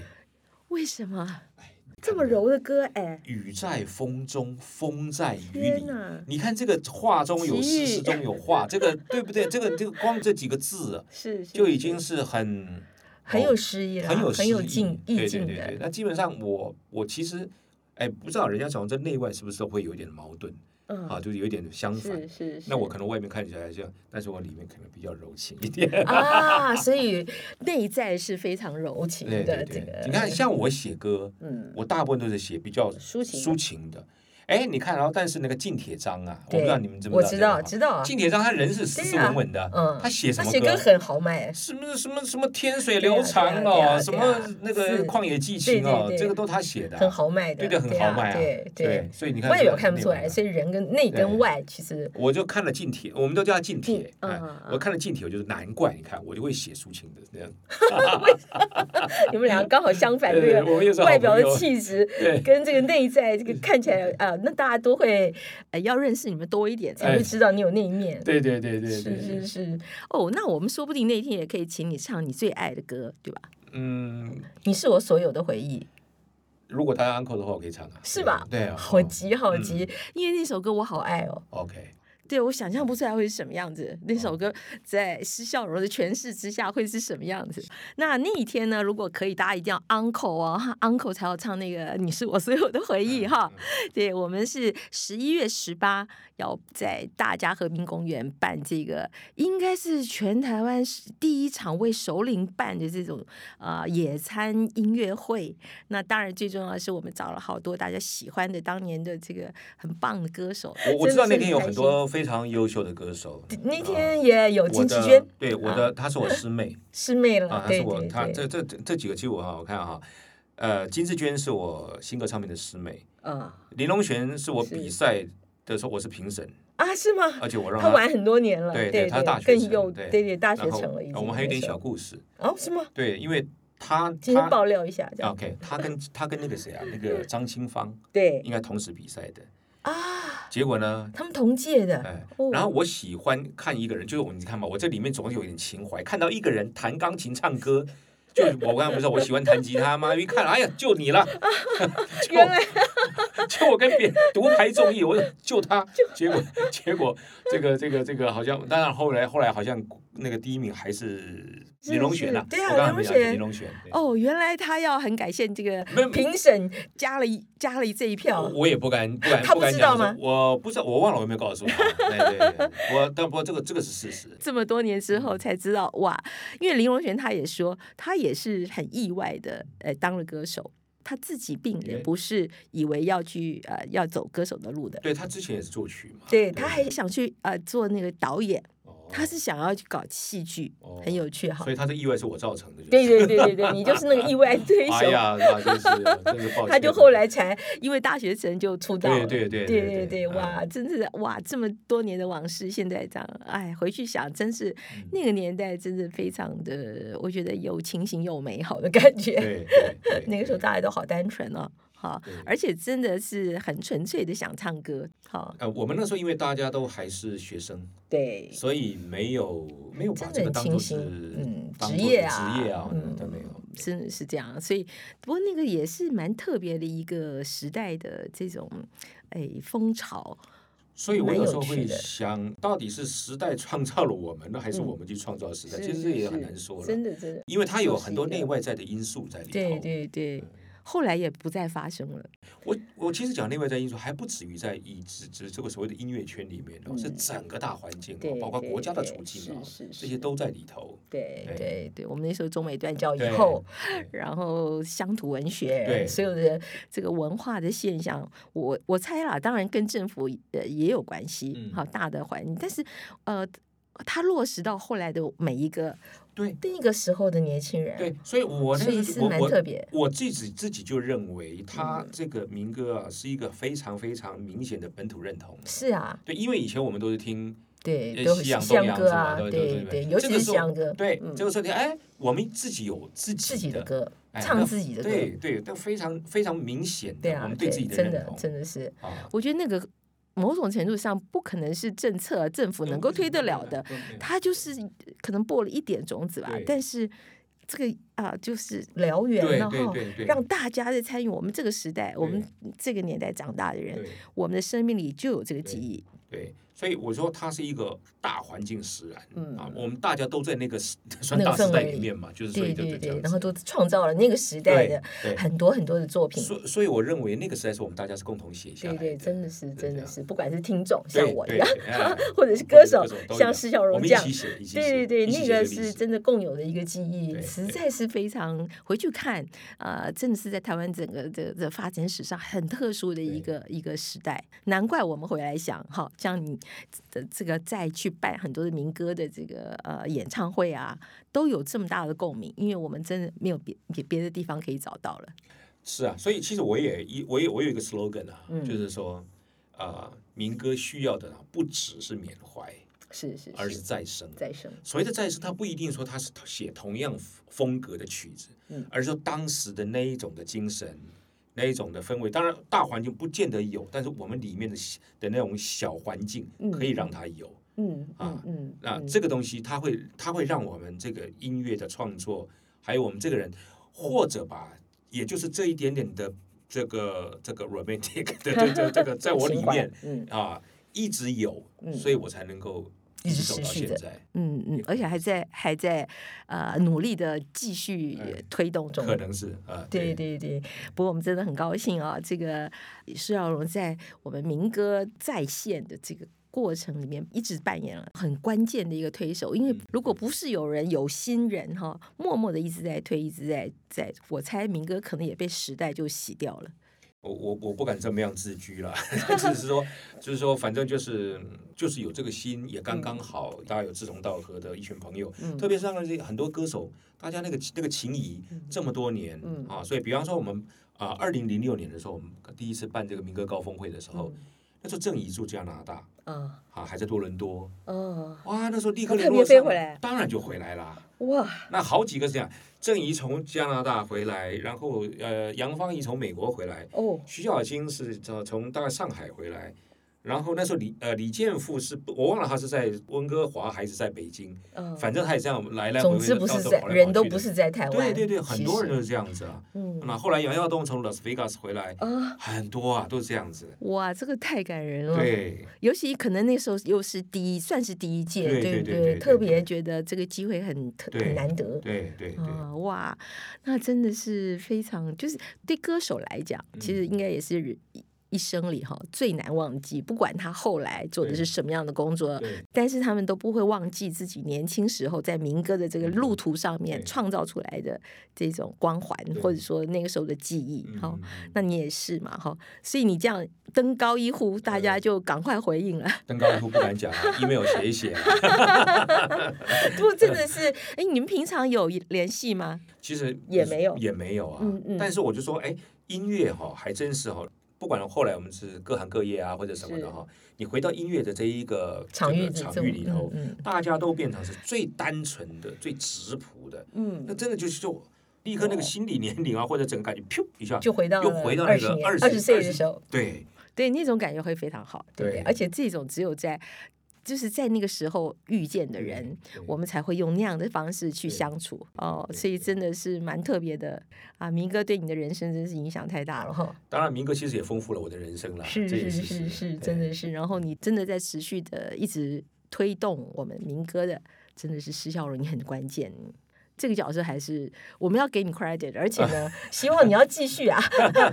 [SPEAKER 3] 为什么
[SPEAKER 2] 看
[SPEAKER 3] 这么
[SPEAKER 2] 那个
[SPEAKER 3] 柔的歌？哎，
[SPEAKER 2] 雨在风中，风在雨
[SPEAKER 3] 天
[SPEAKER 2] 里。
[SPEAKER 3] 哪，
[SPEAKER 2] 你看这个话中有
[SPEAKER 3] 奇
[SPEAKER 2] 诗，
[SPEAKER 3] 遇
[SPEAKER 2] 诗中有画，这个对不对？这个这个光这几个字啊
[SPEAKER 3] 是是
[SPEAKER 2] 就已经
[SPEAKER 3] 是
[SPEAKER 2] 是很
[SPEAKER 3] 很
[SPEAKER 2] 哦
[SPEAKER 3] 有诗意了，
[SPEAKER 2] 很有
[SPEAKER 3] 啊很有
[SPEAKER 2] 诗意
[SPEAKER 3] 境
[SPEAKER 2] 对
[SPEAKER 3] 意
[SPEAKER 2] 对
[SPEAKER 3] 境
[SPEAKER 2] 对对
[SPEAKER 3] 的。
[SPEAKER 2] 那基本上我我其实哎，不知道人家讲这内外是不是都会有一点矛盾
[SPEAKER 3] 嗯
[SPEAKER 2] 啊，就是有一点相反
[SPEAKER 3] 是。是是。
[SPEAKER 2] 那我可能外面看起来像，但是我里面可能比较柔情一点。
[SPEAKER 3] 啊，所以内在是非常柔情
[SPEAKER 2] 对对
[SPEAKER 3] 的这
[SPEAKER 2] 对
[SPEAKER 3] 个。，
[SPEAKER 2] 你看像我写歌，
[SPEAKER 3] 嗯，
[SPEAKER 2] 我大部分都是写比较
[SPEAKER 3] 抒情的
[SPEAKER 2] 抒情的。哎，你看，然后但是那个靳铁章啊，我不
[SPEAKER 3] 对
[SPEAKER 2] 知道你们知不
[SPEAKER 3] 我
[SPEAKER 2] 这
[SPEAKER 3] 知
[SPEAKER 2] 个
[SPEAKER 3] 道
[SPEAKER 2] 啊
[SPEAKER 3] 知道啊
[SPEAKER 2] 靳铁章他人是斯斯
[SPEAKER 3] 对啊
[SPEAKER 2] 文文的，
[SPEAKER 3] 嗯，
[SPEAKER 2] 他写什
[SPEAKER 3] 他
[SPEAKER 2] 么
[SPEAKER 3] 写歌很豪迈哎，
[SPEAKER 2] 什么什么什么天水
[SPEAKER 3] 对啊
[SPEAKER 2] 流长
[SPEAKER 3] 对啊
[SPEAKER 2] 哦，什
[SPEAKER 3] 对啊
[SPEAKER 2] 么那个
[SPEAKER 3] 是
[SPEAKER 2] 旷野寄情哦
[SPEAKER 3] 对对，对
[SPEAKER 2] 这个都他写的
[SPEAKER 3] 很
[SPEAKER 2] 啊，
[SPEAKER 3] 豪迈的，
[SPEAKER 2] 对的，很豪迈啊，
[SPEAKER 3] 对
[SPEAKER 2] 对，。所以你看
[SPEAKER 3] 外
[SPEAKER 2] 这
[SPEAKER 3] 表
[SPEAKER 2] 个
[SPEAKER 3] 看不
[SPEAKER 2] 内
[SPEAKER 3] 出
[SPEAKER 2] 容
[SPEAKER 3] 来，
[SPEAKER 2] 啊
[SPEAKER 3] 所以人跟内
[SPEAKER 2] 对
[SPEAKER 3] 跟外其
[SPEAKER 2] <laughs>
[SPEAKER 3] 实
[SPEAKER 2] 我就看了近铁，我们都叫他近铁
[SPEAKER 3] 近。
[SPEAKER 2] 哎
[SPEAKER 3] 嗯嗯，
[SPEAKER 2] 我看了近铁，我就是难怪，你看我就会写抒情的这
[SPEAKER 3] <laughs>
[SPEAKER 2] 样。
[SPEAKER 3] 你们两个刚好相反，
[SPEAKER 2] 对
[SPEAKER 3] 这
[SPEAKER 2] 我们也是
[SPEAKER 3] 个
[SPEAKER 2] 好
[SPEAKER 3] 外表的
[SPEAKER 2] 朋友
[SPEAKER 3] 气质
[SPEAKER 2] 对
[SPEAKER 3] 跟这个内
[SPEAKER 2] <laughs>
[SPEAKER 3] 在这个看起来啊，那大家都会呃要认识你们多一点，才
[SPEAKER 2] 哎
[SPEAKER 3] 会知道你有那一面。
[SPEAKER 2] 对对对对
[SPEAKER 3] 是
[SPEAKER 2] 对，
[SPEAKER 3] 是是，哦，那我们说不定那天也可以请你唱你最爱的歌，对吧？
[SPEAKER 2] 嗯，
[SPEAKER 3] 你是我所有的回忆，
[SPEAKER 2] 如果他要 uncle 的话，我可以唱啊。
[SPEAKER 3] 是吧？
[SPEAKER 2] 对啊，
[SPEAKER 3] 好
[SPEAKER 2] 哦
[SPEAKER 3] 急好急，因为那首歌我好爱哦。
[SPEAKER 2] OK，
[SPEAKER 3] 对我想象不出来会是什么样子，那
[SPEAKER 2] 嗯
[SPEAKER 3] 首歌在施笑容的诠释之下会是什么样子。那那一天呢，如果可以，大家一定要 uncle 哦哈，uncle 才要唱那个《你是我所有的回
[SPEAKER 2] 嗯
[SPEAKER 3] 忆》哈。对我们是十一月十八要在大家和平公园办这个，应该是全台湾第一场为首领办的这种呃野餐音乐会。那当然最重要的是，我们找了好多大家喜欢的当年的这个很棒的歌手。
[SPEAKER 2] 我我
[SPEAKER 3] 真
[SPEAKER 2] 知道那
[SPEAKER 3] 的是
[SPEAKER 2] 天有
[SPEAKER 3] 开
[SPEAKER 2] 很
[SPEAKER 3] 心
[SPEAKER 2] 多非常优秀的歌手。
[SPEAKER 3] 那
[SPEAKER 2] 啊
[SPEAKER 3] 天也有
[SPEAKER 2] 我
[SPEAKER 3] 金志
[SPEAKER 2] 的
[SPEAKER 3] 娟
[SPEAKER 2] 对我的，她是我师
[SPEAKER 3] <laughs>
[SPEAKER 2] 妹。
[SPEAKER 3] 师妹了，
[SPEAKER 2] 啊，他
[SPEAKER 3] 对
[SPEAKER 2] 是我
[SPEAKER 3] 对
[SPEAKER 2] 他这
[SPEAKER 3] 对，
[SPEAKER 2] 这这这几个其实我哈，我看哈，呃，金志娟是我新歌唱片的师妹，
[SPEAKER 3] 嗯
[SPEAKER 2] 林龙璇是我
[SPEAKER 3] 是
[SPEAKER 2] 比赛的时候我是评审，
[SPEAKER 3] 啊是吗？
[SPEAKER 2] 而且我让
[SPEAKER 3] 他玩很多年了，
[SPEAKER 2] 对
[SPEAKER 3] 对，
[SPEAKER 2] 他大学
[SPEAKER 3] 更
[SPEAKER 2] 生
[SPEAKER 3] 幼，
[SPEAKER 2] 对
[SPEAKER 3] 对对，大学
[SPEAKER 2] 然后
[SPEAKER 3] 城了已经。
[SPEAKER 2] 呃我们还有点小故事，
[SPEAKER 3] 哦，是吗？
[SPEAKER 2] 对，因为他
[SPEAKER 3] <laughs> 今天
[SPEAKER 2] 他
[SPEAKER 3] 爆料一下，这样
[SPEAKER 2] OK，他跟他跟那个谁啊，那个张清芳
[SPEAKER 3] 对
[SPEAKER 2] 应该同时比赛的，
[SPEAKER 3] 啊，
[SPEAKER 2] 结果呢？
[SPEAKER 3] 他们同届的，
[SPEAKER 2] 哎
[SPEAKER 3] 哦，
[SPEAKER 2] 然后我喜欢看一个人，就是我你看嘛，我这里面总是有一点情怀。看到一个人弹钢琴、唱歌，就我刚才不是说我喜欢弹吉他吗？一看，哎呀，就你
[SPEAKER 3] <laughs>
[SPEAKER 2] 了，就
[SPEAKER 3] <laughs> 原来
[SPEAKER 2] 就我跟别人独排众议，我说救
[SPEAKER 3] <laughs>
[SPEAKER 2] 他，结果结果这个这个这个好像，当然后来后来好像那个第一名还是
[SPEAKER 3] 是
[SPEAKER 2] 林龙璇呐
[SPEAKER 3] 是，对啊
[SPEAKER 2] 我刚才没讲
[SPEAKER 3] 林龙璇
[SPEAKER 2] 林龙璇，对
[SPEAKER 3] 哦，原来他要很感谢这个
[SPEAKER 2] 没有
[SPEAKER 3] 评审加了一加了一这一
[SPEAKER 2] 我
[SPEAKER 3] 票，
[SPEAKER 2] 我也不敢不敢
[SPEAKER 3] 他不
[SPEAKER 2] 敢
[SPEAKER 3] 知
[SPEAKER 2] 讲
[SPEAKER 3] 道吗
[SPEAKER 2] 我不知道，我忘了我有没有告诉他，对对对，我但不过这个这个是事实，
[SPEAKER 3] 这么多年之
[SPEAKER 2] 嗯
[SPEAKER 3] 后才知道哇，因为林荣璇他也说，他也是很意外的，呃，当了歌手。他自己并也
[SPEAKER 2] 对
[SPEAKER 3] 不是以为要去呃要走歌手的路的，
[SPEAKER 2] 对他之前也是作曲嘛，
[SPEAKER 3] 对，他还想去呃做那个导演，
[SPEAKER 2] 哦
[SPEAKER 3] 他是想要去搞戏剧，
[SPEAKER 2] 哦
[SPEAKER 3] 很有趣哈
[SPEAKER 2] 所。以他的意外是我造成的，就是
[SPEAKER 3] 对对对对对，你就是那个意外推
[SPEAKER 2] 哎
[SPEAKER 3] 手，
[SPEAKER 2] 呀，那真是真是抱歉，
[SPEAKER 3] 他就后来才因为大学生就出道了。
[SPEAKER 2] 对对对
[SPEAKER 3] 对
[SPEAKER 2] 对
[SPEAKER 3] 对，
[SPEAKER 2] 嗯
[SPEAKER 3] 哇，真是哇，这么多年的往事，现在这样，哎，回去想，真是
[SPEAKER 2] 嗯
[SPEAKER 3] 那个年代，真是非常的，我觉得有清新又美好的感觉。
[SPEAKER 2] 对
[SPEAKER 3] <laughs>
[SPEAKER 2] 对对
[SPEAKER 3] 那个时候
[SPEAKER 2] 对
[SPEAKER 3] 大家都好单纯哦，好
[SPEAKER 2] 对，
[SPEAKER 3] 而且真的是很纯粹的想唱歌，好，
[SPEAKER 2] 呃，我们那时候因为大家都还是学生，
[SPEAKER 3] 对，哎
[SPEAKER 2] 所以没有没有把
[SPEAKER 3] 真的
[SPEAKER 2] 这个
[SPEAKER 3] 很
[SPEAKER 2] 当
[SPEAKER 3] 清
[SPEAKER 2] 做
[SPEAKER 3] 新
[SPEAKER 2] 是
[SPEAKER 3] 嗯
[SPEAKER 2] 当
[SPEAKER 3] 职
[SPEAKER 2] 作
[SPEAKER 3] 业
[SPEAKER 2] 是
[SPEAKER 3] 啊
[SPEAKER 2] 职业啊，
[SPEAKER 3] 嗯
[SPEAKER 2] 都没有。
[SPEAKER 3] 真的是这样，所以不过那个也是蛮特别的一个时代的这种哎风潮。
[SPEAKER 2] 所以我
[SPEAKER 3] 蛮
[SPEAKER 2] 有
[SPEAKER 3] 有
[SPEAKER 2] 时候
[SPEAKER 3] 趣
[SPEAKER 2] 会
[SPEAKER 3] 的
[SPEAKER 2] 想到底是时代创造了我们呢，还是
[SPEAKER 3] 嗯
[SPEAKER 2] 我们去创造时代？
[SPEAKER 3] 是
[SPEAKER 2] 其实这
[SPEAKER 3] 是
[SPEAKER 2] 也很
[SPEAKER 3] 是
[SPEAKER 2] 难说
[SPEAKER 3] 真
[SPEAKER 2] 了，
[SPEAKER 3] 的真的，
[SPEAKER 2] 因为它有很多
[SPEAKER 3] 就是一
[SPEAKER 2] 内
[SPEAKER 3] 个
[SPEAKER 2] 外在的因素在里头。嗯
[SPEAKER 3] 对对对，后来也不再发生了。
[SPEAKER 2] 我我其实讲内外在因素，还不止于在以只只这个所谓的音乐圈里面哦，
[SPEAKER 3] 嗯
[SPEAKER 2] 是整个大环境哦
[SPEAKER 3] 对，
[SPEAKER 2] 包括
[SPEAKER 3] 对
[SPEAKER 2] 国家的
[SPEAKER 3] 对
[SPEAKER 2] 处境哦
[SPEAKER 3] 是，是
[SPEAKER 2] 这些
[SPEAKER 3] 是
[SPEAKER 2] 都在里头。
[SPEAKER 3] 对
[SPEAKER 2] 对
[SPEAKER 3] 对对，我们那时候中美断交以
[SPEAKER 2] 对
[SPEAKER 3] 后，
[SPEAKER 2] 对
[SPEAKER 3] 然后乡土文学，
[SPEAKER 2] 对
[SPEAKER 3] 所有的这个文化的现象，我我猜啦，当然跟政府呃也有关系
[SPEAKER 2] 嗯，
[SPEAKER 3] 好、大的环境，但是呃，它落实到后来的每一个
[SPEAKER 2] 对
[SPEAKER 3] 那个时候的年轻人，
[SPEAKER 2] 对，所以我那
[SPEAKER 3] 所以
[SPEAKER 2] 个
[SPEAKER 3] 是
[SPEAKER 2] 我
[SPEAKER 3] 蛮
[SPEAKER 2] 我
[SPEAKER 3] 特别嗯
[SPEAKER 2] 我自己自己就认为，他这个民歌啊是一个非常非常明显的本土认同。
[SPEAKER 3] 是啊，
[SPEAKER 2] 对，因为以前我们都是听
[SPEAKER 3] 对，
[SPEAKER 2] 呃
[SPEAKER 3] 都
[SPEAKER 2] 西
[SPEAKER 3] 是
[SPEAKER 2] 洋
[SPEAKER 3] 西
[SPEAKER 2] 东
[SPEAKER 3] 洋
[SPEAKER 2] 洋
[SPEAKER 3] 歌
[SPEAKER 2] 是吧
[SPEAKER 3] 啊，
[SPEAKER 2] 对
[SPEAKER 3] 对
[SPEAKER 2] 对对
[SPEAKER 3] 尤其
[SPEAKER 2] 这个
[SPEAKER 3] 是
[SPEAKER 2] 时
[SPEAKER 3] 西
[SPEAKER 2] 候
[SPEAKER 3] 洋歌，
[SPEAKER 2] 对
[SPEAKER 3] 嗯
[SPEAKER 2] 这个时候你哎，我们自己有自己
[SPEAKER 3] 自己的歌，
[SPEAKER 2] 哎
[SPEAKER 3] 唱
[SPEAKER 2] 那
[SPEAKER 3] 自己的歌，
[SPEAKER 2] 对对，但非常非常明显
[SPEAKER 3] 对
[SPEAKER 2] 的，我
[SPEAKER 3] 啊
[SPEAKER 2] 们，对
[SPEAKER 3] 对，
[SPEAKER 2] 自己
[SPEAKER 3] 真
[SPEAKER 2] 认
[SPEAKER 3] 的
[SPEAKER 2] 同
[SPEAKER 3] 真的是，
[SPEAKER 2] 啊，
[SPEAKER 3] 我觉得那个某种程度上不可能是政策啊政府能够推得了的，
[SPEAKER 2] 对，对
[SPEAKER 3] 它就是可能播了一点种子吧
[SPEAKER 2] 对，
[SPEAKER 3] 但是这个啊、就是燎原
[SPEAKER 2] 对
[SPEAKER 3] 了
[SPEAKER 2] 对
[SPEAKER 3] 哈。
[SPEAKER 2] 对对，
[SPEAKER 3] 让大家在参与我们这个时代、我们这个年代长大的人，
[SPEAKER 2] 对
[SPEAKER 3] 我们的生命里就有这个记忆。
[SPEAKER 2] 对，所以我说它是一个大环境使然、
[SPEAKER 3] 嗯
[SPEAKER 2] 啊，我们大家都在那个
[SPEAKER 3] <laughs>
[SPEAKER 2] 时算
[SPEAKER 3] 那个
[SPEAKER 2] 大时
[SPEAKER 3] 氛
[SPEAKER 2] 代里
[SPEAKER 3] 围里
[SPEAKER 2] 面嘛，就是所以
[SPEAKER 3] 对
[SPEAKER 2] 就
[SPEAKER 3] 对
[SPEAKER 2] 这样
[SPEAKER 3] 对，
[SPEAKER 2] 子
[SPEAKER 3] 然后都创造了那个时代
[SPEAKER 2] 对
[SPEAKER 3] 的
[SPEAKER 2] 对，
[SPEAKER 3] 很多很多的作品。
[SPEAKER 2] 所所以我认为那个时代是我们大家是共同写下来
[SPEAKER 3] 对对，真
[SPEAKER 2] 的
[SPEAKER 3] 的是
[SPEAKER 2] 是
[SPEAKER 3] 真
[SPEAKER 2] 这
[SPEAKER 3] 的
[SPEAKER 2] 样
[SPEAKER 3] 是，不管是听众
[SPEAKER 2] 对
[SPEAKER 3] 像我一
[SPEAKER 2] 对
[SPEAKER 3] 样，
[SPEAKER 2] <laughs>
[SPEAKER 3] <laughs>
[SPEAKER 2] 哎
[SPEAKER 3] 或者是
[SPEAKER 2] 或者
[SPEAKER 3] 歌
[SPEAKER 2] 是
[SPEAKER 3] 手
[SPEAKER 2] 歌手都一
[SPEAKER 3] 像
[SPEAKER 2] 样
[SPEAKER 3] 施小
[SPEAKER 2] 我
[SPEAKER 3] 荣
[SPEAKER 2] 们
[SPEAKER 3] 这
[SPEAKER 2] 一
[SPEAKER 3] 样
[SPEAKER 2] 起，写，一起
[SPEAKER 3] 对
[SPEAKER 2] 写
[SPEAKER 3] 对对，
[SPEAKER 2] 一起
[SPEAKER 3] 那
[SPEAKER 2] 写
[SPEAKER 3] 个
[SPEAKER 2] 这历
[SPEAKER 3] 是
[SPEAKER 2] 史
[SPEAKER 3] 真的共有的一个记忆，
[SPEAKER 2] 对
[SPEAKER 3] 实
[SPEAKER 2] 对
[SPEAKER 3] 在是非常回去看，呃，真的是在台湾整个的的发展史上很特殊的一个一个时代，难怪我们回来想，哈，像你这这个再去办很多的民歌的这个呃演唱会啊，都有这么大的共鸣，因为我们真的没有别别别的地方可以找到了，
[SPEAKER 2] 是啊，所以其实我也一我也我有一个 slogan 啊，
[SPEAKER 3] 嗯
[SPEAKER 2] 就是说啊、民歌需要的啊不只是缅怀，
[SPEAKER 3] 是是
[SPEAKER 2] 而是
[SPEAKER 3] 是，
[SPEAKER 2] 再生。啊
[SPEAKER 3] 再生，
[SPEAKER 2] 所谓的再生，它不一定说它是写同样风格的曲子，
[SPEAKER 3] 嗯
[SPEAKER 2] 而是说当时的那一种的精神，那一种的氛围。当然，大环境不见得有，但是我们里面的小的那种小环境
[SPEAKER 3] 嗯
[SPEAKER 2] 可以让它有。
[SPEAKER 3] 嗯嗯
[SPEAKER 2] 啊
[SPEAKER 3] 嗯，
[SPEAKER 2] 那
[SPEAKER 3] 嗯
[SPEAKER 2] 这个东西，它会它会让我们这个音乐的创作，还有我们这个人，或者吧，也就是这一点点的这个这个 romantic 的这这这个，在
[SPEAKER 3] <laughs>
[SPEAKER 2] 我里
[SPEAKER 3] 情怀
[SPEAKER 2] 面，
[SPEAKER 3] 嗯
[SPEAKER 2] 啊一直有，
[SPEAKER 3] 嗯
[SPEAKER 2] 所以我才能够
[SPEAKER 3] 一直
[SPEAKER 2] 走
[SPEAKER 3] 持
[SPEAKER 2] 到
[SPEAKER 3] 续
[SPEAKER 2] 现
[SPEAKER 3] 着
[SPEAKER 2] 在。
[SPEAKER 3] 嗯嗯，而且还在还在呃努力的继续
[SPEAKER 2] 哎
[SPEAKER 3] 推动中。
[SPEAKER 2] 可能是啊，
[SPEAKER 3] 对对对，不过我们真的很高兴啊、这个施耀荣在我们民歌再现的这个过程里面，一直扮演了很关键的一个推手。因为
[SPEAKER 2] 嗯
[SPEAKER 3] 如果不是有人有心人哈、默默的一直在推，一直在在，我猜民歌可能也被时代就洗掉了。
[SPEAKER 2] 我我我不敢这么样自居 <laughs> 了，只是说，就是说，反正就是就是有这个心，也刚刚好，大家有志同道合的一群朋友，
[SPEAKER 3] 嗯
[SPEAKER 2] 特别是让人家很多歌手，大家那个那个情谊这么多年、
[SPEAKER 3] 嗯
[SPEAKER 2] 啊，所以比方说我们啊，二零零六年的时候，我们第一次办这个民歌高峰会的时
[SPEAKER 3] 嗯
[SPEAKER 2] 候，那时候郑怡住加拿大
[SPEAKER 3] 啊
[SPEAKER 2] 啊，还在多伦多，
[SPEAKER 3] 啊
[SPEAKER 2] 哇，那时候立刻
[SPEAKER 3] 他特
[SPEAKER 2] 联络
[SPEAKER 3] 别飞
[SPEAKER 2] 上
[SPEAKER 3] 回来
[SPEAKER 2] 当然就回来啦。
[SPEAKER 3] 哇！
[SPEAKER 2] 那好几个是这样，郑怡从加拿大回来，然后呃，杨芳怡从美国回来。
[SPEAKER 3] 哦，
[SPEAKER 2] 徐小青是从从大概上海回来，然后那时候李呃李健富是不我忘了他是在温哥华还是在北京，
[SPEAKER 3] 嗯
[SPEAKER 2] 反正他也这样来来回
[SPEAKER 3] 总
[SPEAKER 2] 回
[SPEAKER 3] 之
[SPEAKER 2] 的
[SPEAKER 3] 不
[SPEAKER 2] 到
[SPEAKER 3] 是
[SPEAKER 2] 处
[SPEAKER 3] 在
[SPEAKER 2] 跑来
[SPEAKER 3] 人
[SPEAKER 2] 跑
[SPEAKER 3] 都
[SPEAKER 2] 去
[SPEAKER 3] 不
[SPEAKER 2] 的
[SPEAKER 3] 是在台湾，
[SPEAKER 2] 对对对，很
[SPEAKER 3] 其
[SPEAKER 2] 多人
[SPEAKER 3] 实
[SPEAKER 2] 都是这样子啊。
[SPEAKER 3] 嗯
[SPEAKER 2] 那后来杨耀东从 Las Vegas 回来，
[SPEAKER 3] 啊，
[SPEAKER 2] 很多啊都是这样子。
[SPEAKER 3] 哇，这个太感人了。
[SPEAKER 2] 对，
[SPEAKER 3] 尤其可能那时候又是第一，算是第一届，
[SPEAKER 2] 对
[SPEAKER 3] 不
[SPEAKER 2] 对对对对
[SPEAKER 3] 特别觉得这个机会很特
[SPEAKER 2] 对
[SPEAKER 3] 很难得。
[SPEAKER 2] 对对对，
[SPEAKER 3] 啊、哇，那真的是非常，就是对歌手来讲，其
[SPEAKER 2] 嗯
[SPEAKER 3] 实应该也是一一生里哈最难忘记，不管他后来做的
[SPEAKER 2] 对
[SPEAKER 3] 是什么样的工作
[SPEAKER 2] 对，
[SPEAKER 3] 但是他们都不会忘记自己年轻时候在民歌的这个路途上面
[SPEAKER 2] 嗯对
[SPEAKER 3] 创造出来的这种光环，
[SPEAKER 2] 对
[SPEAKER 3] 或者说那个时候的记忆
[SPEAKER 2] 嗯
[SPEAKER 3] 哈。
[SPEAKER 2] 嗯嗯
[SPEAKER 3] 那你也是嘛，哈，所以你这样登高一呼，大家就赶快回
[SPEAKER 2] <laughs>
[SPEAKER 3] 应了。
[SPEAKER 2] 登高一呼不敢讲啊，email 写一写啊。
[SPEAKER 3] 不过真的是，哎，你们平常有联系吗？
[SPEAKER 2] 其实
[SPEAKER 3] 也没有
[SPEAKER 2] 也没有啊。
[SPEAKER 3] 嗯嗯
[SPEAKER 2] 但是我就说，哎，音乐哈、还真是哈、不管后来我们是各行各业啊，或者什么的哈、你回到音乐的这一个
[SPEAKER 3] 场域
[SPEAKER 2] 这个
[SPEAKER 3] 之
[SPEAKER 2] 场域里头，
[SPEAKER 3] 嗯
[SPEAKER 2] 大家都变成是最单纯的、最直朴的，
[SPEAKER 3] 嗯，
[SPEAKER 2] 那
[SPEAKER 3] 嗯
[SPEAKER 2] 真的就是就立刻那个心理年
[SPEAKER 3] <laughs>
[SPEAKER 2] 龄啊，或者整个感觉，噗一下
[SPEAKER 3] 就回到
[SPEAKER 2] 又回到那
[SPEAKER 3] 二十
[SPEAKER 2] 个
[SPEAKER 3] 年
[SPEAKER 2] 二
[SPEAKER 3] 二十岁的时候，
[SPEAKER 2] 对
[SPEAKER 3] 对那种感觉会非常好，对不对？
[SPEAKER 2] 对
[SPEAKER 3] 而且这种只有在就是在那个时候遇见的人，
[SPEAKER 2] 对
[SPEAKER 3] 我们才会用那样的方式去
[SPEAKER 2] 对
[SPEAKER 3] 相处哦。
[SPEAKER 2] 对
[SPEAKER 3] 所以真的是蛮特别的啊，明哥对你的人生真是影响太大
[SPEAKER 2] <laughs>
[SPEAKER 3] 了哈。
[SPEAKER 2] 当然，民歌其实也丰富了我的人生了，
[SPEAKER 3] 是
[SPEAKER 2] 这也
[SPEAKER 3] 是
[SPEAKER 2] 是
[SPEAKER 3] 是是，
[SPEAKER 2] 对
[SPEAKER 3] 真的是。然后你真的在持续的一直推动我们民歌的，真的是施孝荣，你很关键。这个角色还是我们要给你 credit，而且
[SPEAKER 2] <laughs>
[SPEAKER 3] 呢，希望你要继续啊，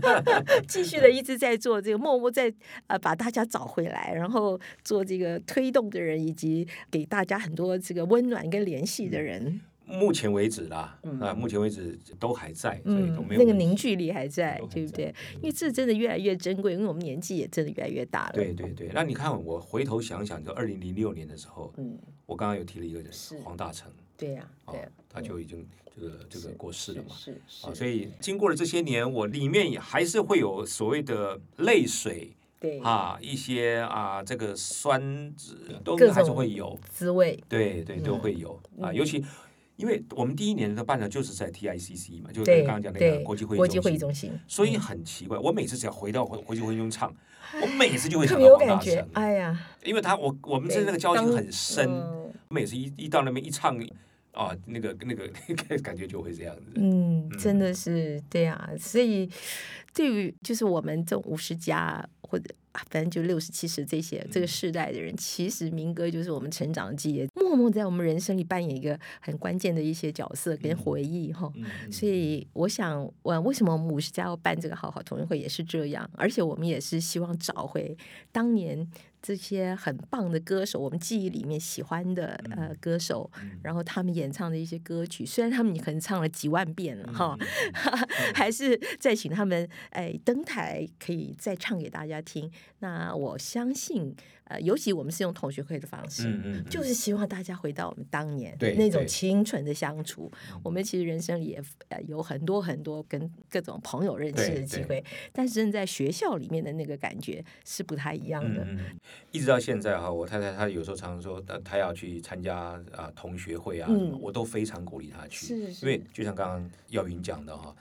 [SPEAKER 3] <laughs> 继续的一直在做这个，默默在呃把大家找回来，然后做这个推动的人，以及给大家很多这个温暖跟联系
[SPEAKER 2] 嗯
[SPEAKER 3] 的人，
[SPEAKER 2] 目前为止啦，
[SPEAKER 3] 嗯
[SPEAKER 2] 啊，目前为止都还在，所以都
[SPEAKER 3] 嗯，
[SPEAKER 2] 没有
[SPEAKER 3] 那个
[SPEAKER 2] 问题
[SPEAKER 3] 凝聚力还在
[SPEAKER 2] 都，还
[SPEAKER 3] 对不
[SPEAKER 2] 在嗯
[SPEAKER 3] 对？因为这真的越来越珍贵，因为我们年纪也真的越来越大了，
[SPEAKER 2] 对对对，那你看，我回头想想，就二零零六年的时候，
[SPEAKER 3] 嗯，
[SPEAKER 2] 我刚刚有提了一个人
[SPEAKER 3] 是，
[SPEAKER 2] 黄大成，
[SPEAKER 3] 对呀，
[SPEAKER 2] 啊
[SPEAKER 3] 对呀，嗯
[SPEAKER 2] 他就已经这个这个过世了嘛，
[SPEAKER 3] 是是，
[SPEAKER 2] 啊，所以经过了这些年，我里面也还是会有所谓的泪水
[SPEAKER 3] 对
[SPEAKER 2] 啊，一些啊这个酸呃都
[SPEAKER 3] 各
[SPEAKER 2] 还是
[SPEAKER 3] 种
[SPEAKER 2] 会有，
[SPEAKER 3] 滋味，
[SPEAKER 2] 对对都
[SPEAKER 3] 嗯
[SPEAKER 2] 会有啊，
[SPEAKER 3] 嗯
[SPEAKER 2] 尤其。因为我们第一年的办的就是在 TICC 嘛，就是
[SPEAKER 3] 对
[SPEAKER 2] 刚刚讲那个
[SPEAKER 3] 对，
[SPEAKER 2] 国际会议
[SPEAKER 3] 国际会议
[SPEAKER 2] 中心
[SPEAKER 3] 中嗯心，
[SPEAKER 2] 所以很奇怪，我每次只要回到国国际会议中唱，我每次就会
[SPEAKER 3] 特
[SPEAKER 2] 想
[SPEAKER 3] 别
[SPEAKER 2] 到
[SPEAKER 3] 有
[SPEAKER 2] 黄
[SPEAKER 3] 感
[SPEAKER 2] 大
[SPEAKER 3] 觉
[SPEAKER 2] 成，，
[SPEAKER 3] 哎呀，
[SPEAKER 2] 因为他我我们之间那个交情很深，
[SPEAKER 3] 嗯
[SPEAKER 2] 每次一一到那边一唱啊，那个那个 <laughs> 那个感觉就会这样子。
[SPEAKER 3] 嗯，真的是对啊，所以对于就是我们这种五十加或者啊反正就六十七十这些
[SPEAKER 2] 嗯
[SPEAKER 3] 这个世代的人，其实民歌就是我们成长的记忆，默默在我们人生里扮演一个很关键的一些角色跟回忆哈。
[SPEAKER 2] 嗯，嗯
[SPEAKER 3] 所以我想，我为什么我们五十家要办这个好好同乐会也是这样，而且我们也是希望找回当年这些很棒的歌手，我们记忆里面喜欢的呃歌手，
[SPEAKER 2] 嗯
[SPEAKER 3] 然后他们演唱的一些歌曲，虽然他们可能唱了几万遍
[SPEAKER 2] 嗯
[SPEAKER 3] 了哈， <laughs> 还是再请他们哎登台，可以再唱给大家听。那我相信，呃，尤其我们是用同学会的方式，
[SPEAKER 2] 嗯
[SPEAKER 3] <laughs>
[SPEAKER 2] 嗯，
[SPEAKER 3] 就是希望大家回到我们当年
[SPEAKER 2] 对
[SPEAKER 3] 那种
[SPEAKER 2] 对嗯
[SPEAKER 3] 清纯的相处。我们其实人生里也呃有很多很多跟各种朋友认识
[SPEAKER 2] 对
[SPEAKER 3] 的机
[SPEAKER 2] 对
[SPEAKER 3] 会，但是真的在学校里面的那个感觉是不太一样
[SPEAKER 2] 嗯
[SPEAKER 3] 的。
[SPEAKER 2] 嗯嗯，一直到现在哈，我太太她有时候常常说，她她要去参加啊同学会啊，
[SPEAKER 3] 嗯
[SPEAKER 2] 什么我都非常鼓励她去，
[SPEAKER 3] 是是
[SPEAKER 2] 因为就像刚刚耀云讲的哈。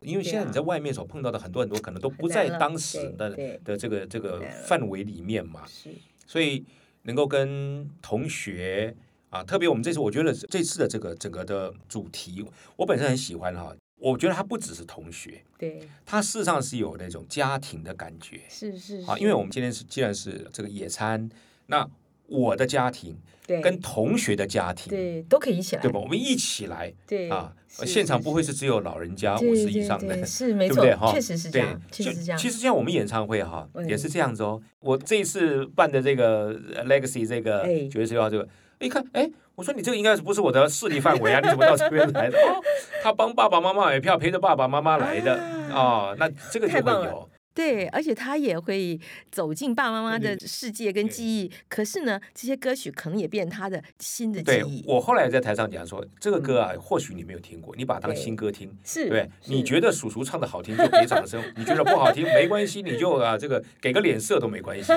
[SPEAKER 2] 因为
[SPEAKER 3] 对
[SPEAKER 2] 现在
[SPEAKER 3] 啊
[SPEAKER 2] 你在外面所碰到的很多很多，可能都不
[SPEAKER 3] 很难
[SPEAKER 2] 在
[SPEAKER 3] 了
[SPEAKER 2] 当时的
[SPEAKER 3] 对对
[SPEAKER 2] 的这个这个
[SPEAKER 3] 太难了
[SPEAKER 2] 范围里面嘛，
[SPEAKER 3] 是
[SPEAKER 2] 所以能够跟同学啊，特别我们这次，我觉得这次的这个整个的主题，我本身很喜欢哈。我觉得它不只是同学，
[SPEAKER 3] 对，
[SPEAKER 2] 它事实上是有那种家庭的感觉
[SPEAKER 3] 是是
[SPEAKER 2] 啊。因为我们今天是既然是这个野餐，那我的家庭
[SPEAKER 3] 对
[SPEAKER 2] 跟同学的家庭，
[SPEAKER 3] 对都可以一起来，
[SPEAKER 2] 对吧？我们一起来
[SPEAKER 3] 对
[SPEAKER 2] 啊，现场不会是只有老人家
[SPEAKER 3] 对
[SPEAKER 2] 五十以上
[SPEAKER 3] 对
[SPEAKER 2] 的 <laughs>
[SPEAKER 3] 对，是没
[SPEAKER 2] 对不
[SPEAKER 3] 错
[SPEAKER 2] 对哈？，
[SPEAKER 3] 确实是这
[SPEAKER 2] 对
[SPEAKER 3] 样，确
[SPEAKER 2] 就
[SPEAKER 3] 实是这样。
[SPEAKER 2] 其实像我们演唱会哈，
[SPEAKER 3] 嗯
[SPEAKER 2] 也是这样子哦。我这一次办的这个呃 Legacy 这个
[SPEAKER 3] 哎
[SPEAKER 2] 九月十六号这个，一看哎。我说你这个应该是不是我的势力范围啊？你怎么到这边来的？ <laughs> 哦，他帮爸爸妈妈买票，陪着爸爸妈妈来的
[SPEAKER 3] 啊
[SPEAKER 2] 哦。那这个就
[SPEAKER 3] 太
[SPEAKER 2] 会
[SPEAKER 3] 棒了
[SPEAKER 2] 有，
[SPEAKER 3] 对，而且他也会走进爸爸妈妈
[SPEAKER 2] 对
[SPEAKER 3] 的世界跟
[SPEAKER 2] 对
[SPEAKER 3] 记忆。可是呢，这些歌曲可能也变他的新的记
[SPEAKER 2] 对
[SPEAKER 3] 忆。嗯
[SPEAKER 2] 我后来在台上讲说，这个歌啊，或许你没有听过，你把它当新歌听。
[SPEAKER 3] 是，
[SPEAKER 2] 对，你
[SPEAKER 3] 是
[SPEAKER 2] 觉得叔叔唱的好听就给掌声，你觉得不好听没关系，你就啊这个给个脸色都没关系。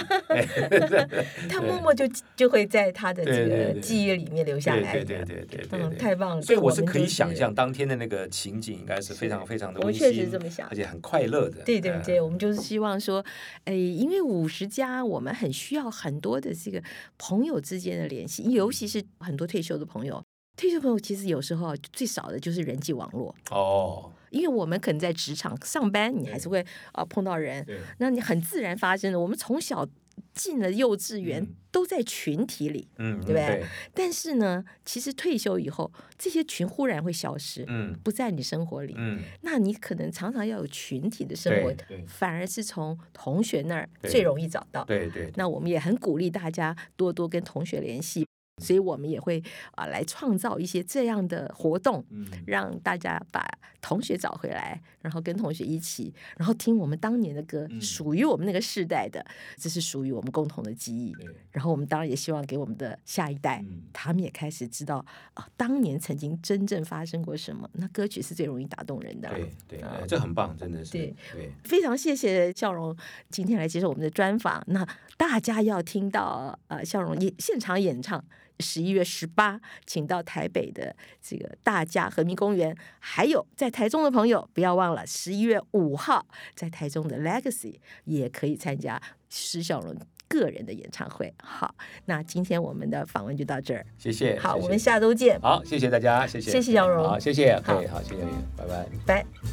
[SPEAKER 3] <laughs> 他默默就就会在他的
[SPEAKER 2] 对
[SPEAKER 3] 这
[SPEAKER 2] 对
[SPEAKER 3] 个
[SPEAKER 2] 对
[SPEAKER 3] 记忆里面留下
[SPEAKER 2] 对
[SPEAKER 3] 来的。
[SPEAKER 2] 对对对对对
[SPEAKER 3] 嗯，
[SPEAKER 2] 对。
[SPEAKER 3] 太棒了！
[SPEAKER 2] 所以
[SPEAKER 3] 对
[SPEAKER 2] 我
[SPEAKER 3] 们
[SPEAKER 2] 是可
[SPEAKER 3] 就
[SPEAKER 2] 以想象当天的那个情景，应该是非常非常的
[SPEAKER 3] 我
[SPEAKER 2] 温
[SPEAKER 3] 们
[SPEAKER 2] 馨，
[SPEAKER 3] 确实这么想
[SPEAKER 2] 而且很快乐的。
[SPEAKER 3] 对对不
[SPEAKER 2] 嗯
[SPEAKER 3] 对？我们就是希望说，哎，因为五十加我们很需要很多的这个朋友之间的联系，
[SPEAKER 2] 嗯
[SPEAKER 3] 尤其是很多退休的朋友。退休朋友其实有时候最少的就是人际网络，
[SPEAKER 2] 哦，
[SPEAKER 3] 因为我们可能在职场上班，你还是会啊、呃碰到人，
[SPEAKER 2] 对
[SPEAKER 3] 那你很自然发生的。我们从小进了幼稚园，
[SPEAKER 2] 嗯
[SPEAKER 3] 都在群体里，
[SPEAKER 2] 嗯，
[SPEAKER 3] 对不对但是呢，其实退休以后，这些群忽然会消失，
[SPEAKER 2] 嗯
[SPEAKER 3] 不在你生活里。
[SPEAKER 2] 嗯，
[SPEAKER 3] 那你可能常常要有群体的生活
[SPEAKER 2] 对对，
[SPEAKER 3] 反而是从同学那儿
[SPEAKER 2] 对
[SPEAKER 3] 最容易找到。
[SPEAKER 2] 对对，
[SPEAKER 3] 那我们也很鼓励大家多多跟同学联系，所以我们也会啊、来创造一些这样的活动，
[SPEAKER 2] 嗯
[SPEAKER 3] 让大家把同学找回来，然后跟同学一起，然后听我们当年的歌，
[SPEAKER 2] 嗯
[SPEAKER 3] 属于我们那个世代的，这是属于我们共同的记忆。
[SPEAKER 2] 对
[SPEAKER 3] 然后我们当然也希望给我们的下一代，
[SPEAKER 2] 嗯
[SPEAKER 3] 他们也开始知道啊、当年曾经真正发生过什么。那歌曲是最容易打动人的啦。
[SPEAKER 2] 对对，
[SPEAKER 3] 啊
[SPEAKER 2] 哎这很棒，真的是
[SPEAKER 3] 对
[SPEAKER 2] 对。
[SPEAKER 3] 非常谢谢笑容今天来接受我们的专访。那大家要听到呃笑容演现场演唱，十一月十八，请到台北的这个大家和平公园，还有在台中的朋友，不要忘了十一月五号在台中的 Legacy 也可以参加施笑容个人的演唱会。好，那今天我们的访问就到这儿。
[SPEAKER 2] 谢谢。
[SPEAKER 3] 好，
[SPEAKER 2] 谢谢
[SPEAKER 3] 我们下周见，
[SPEAKER 2] 好，谢谢大家，谢谢，
[SPEAKER 3] 谢谢姚荣
[SPEAKER 2] 好，谢谢，
[SPEAKER 3] 好
[SPEAKER 2] 可以，好，谢谢，拜拜。
[SPEAKER 3] 拜。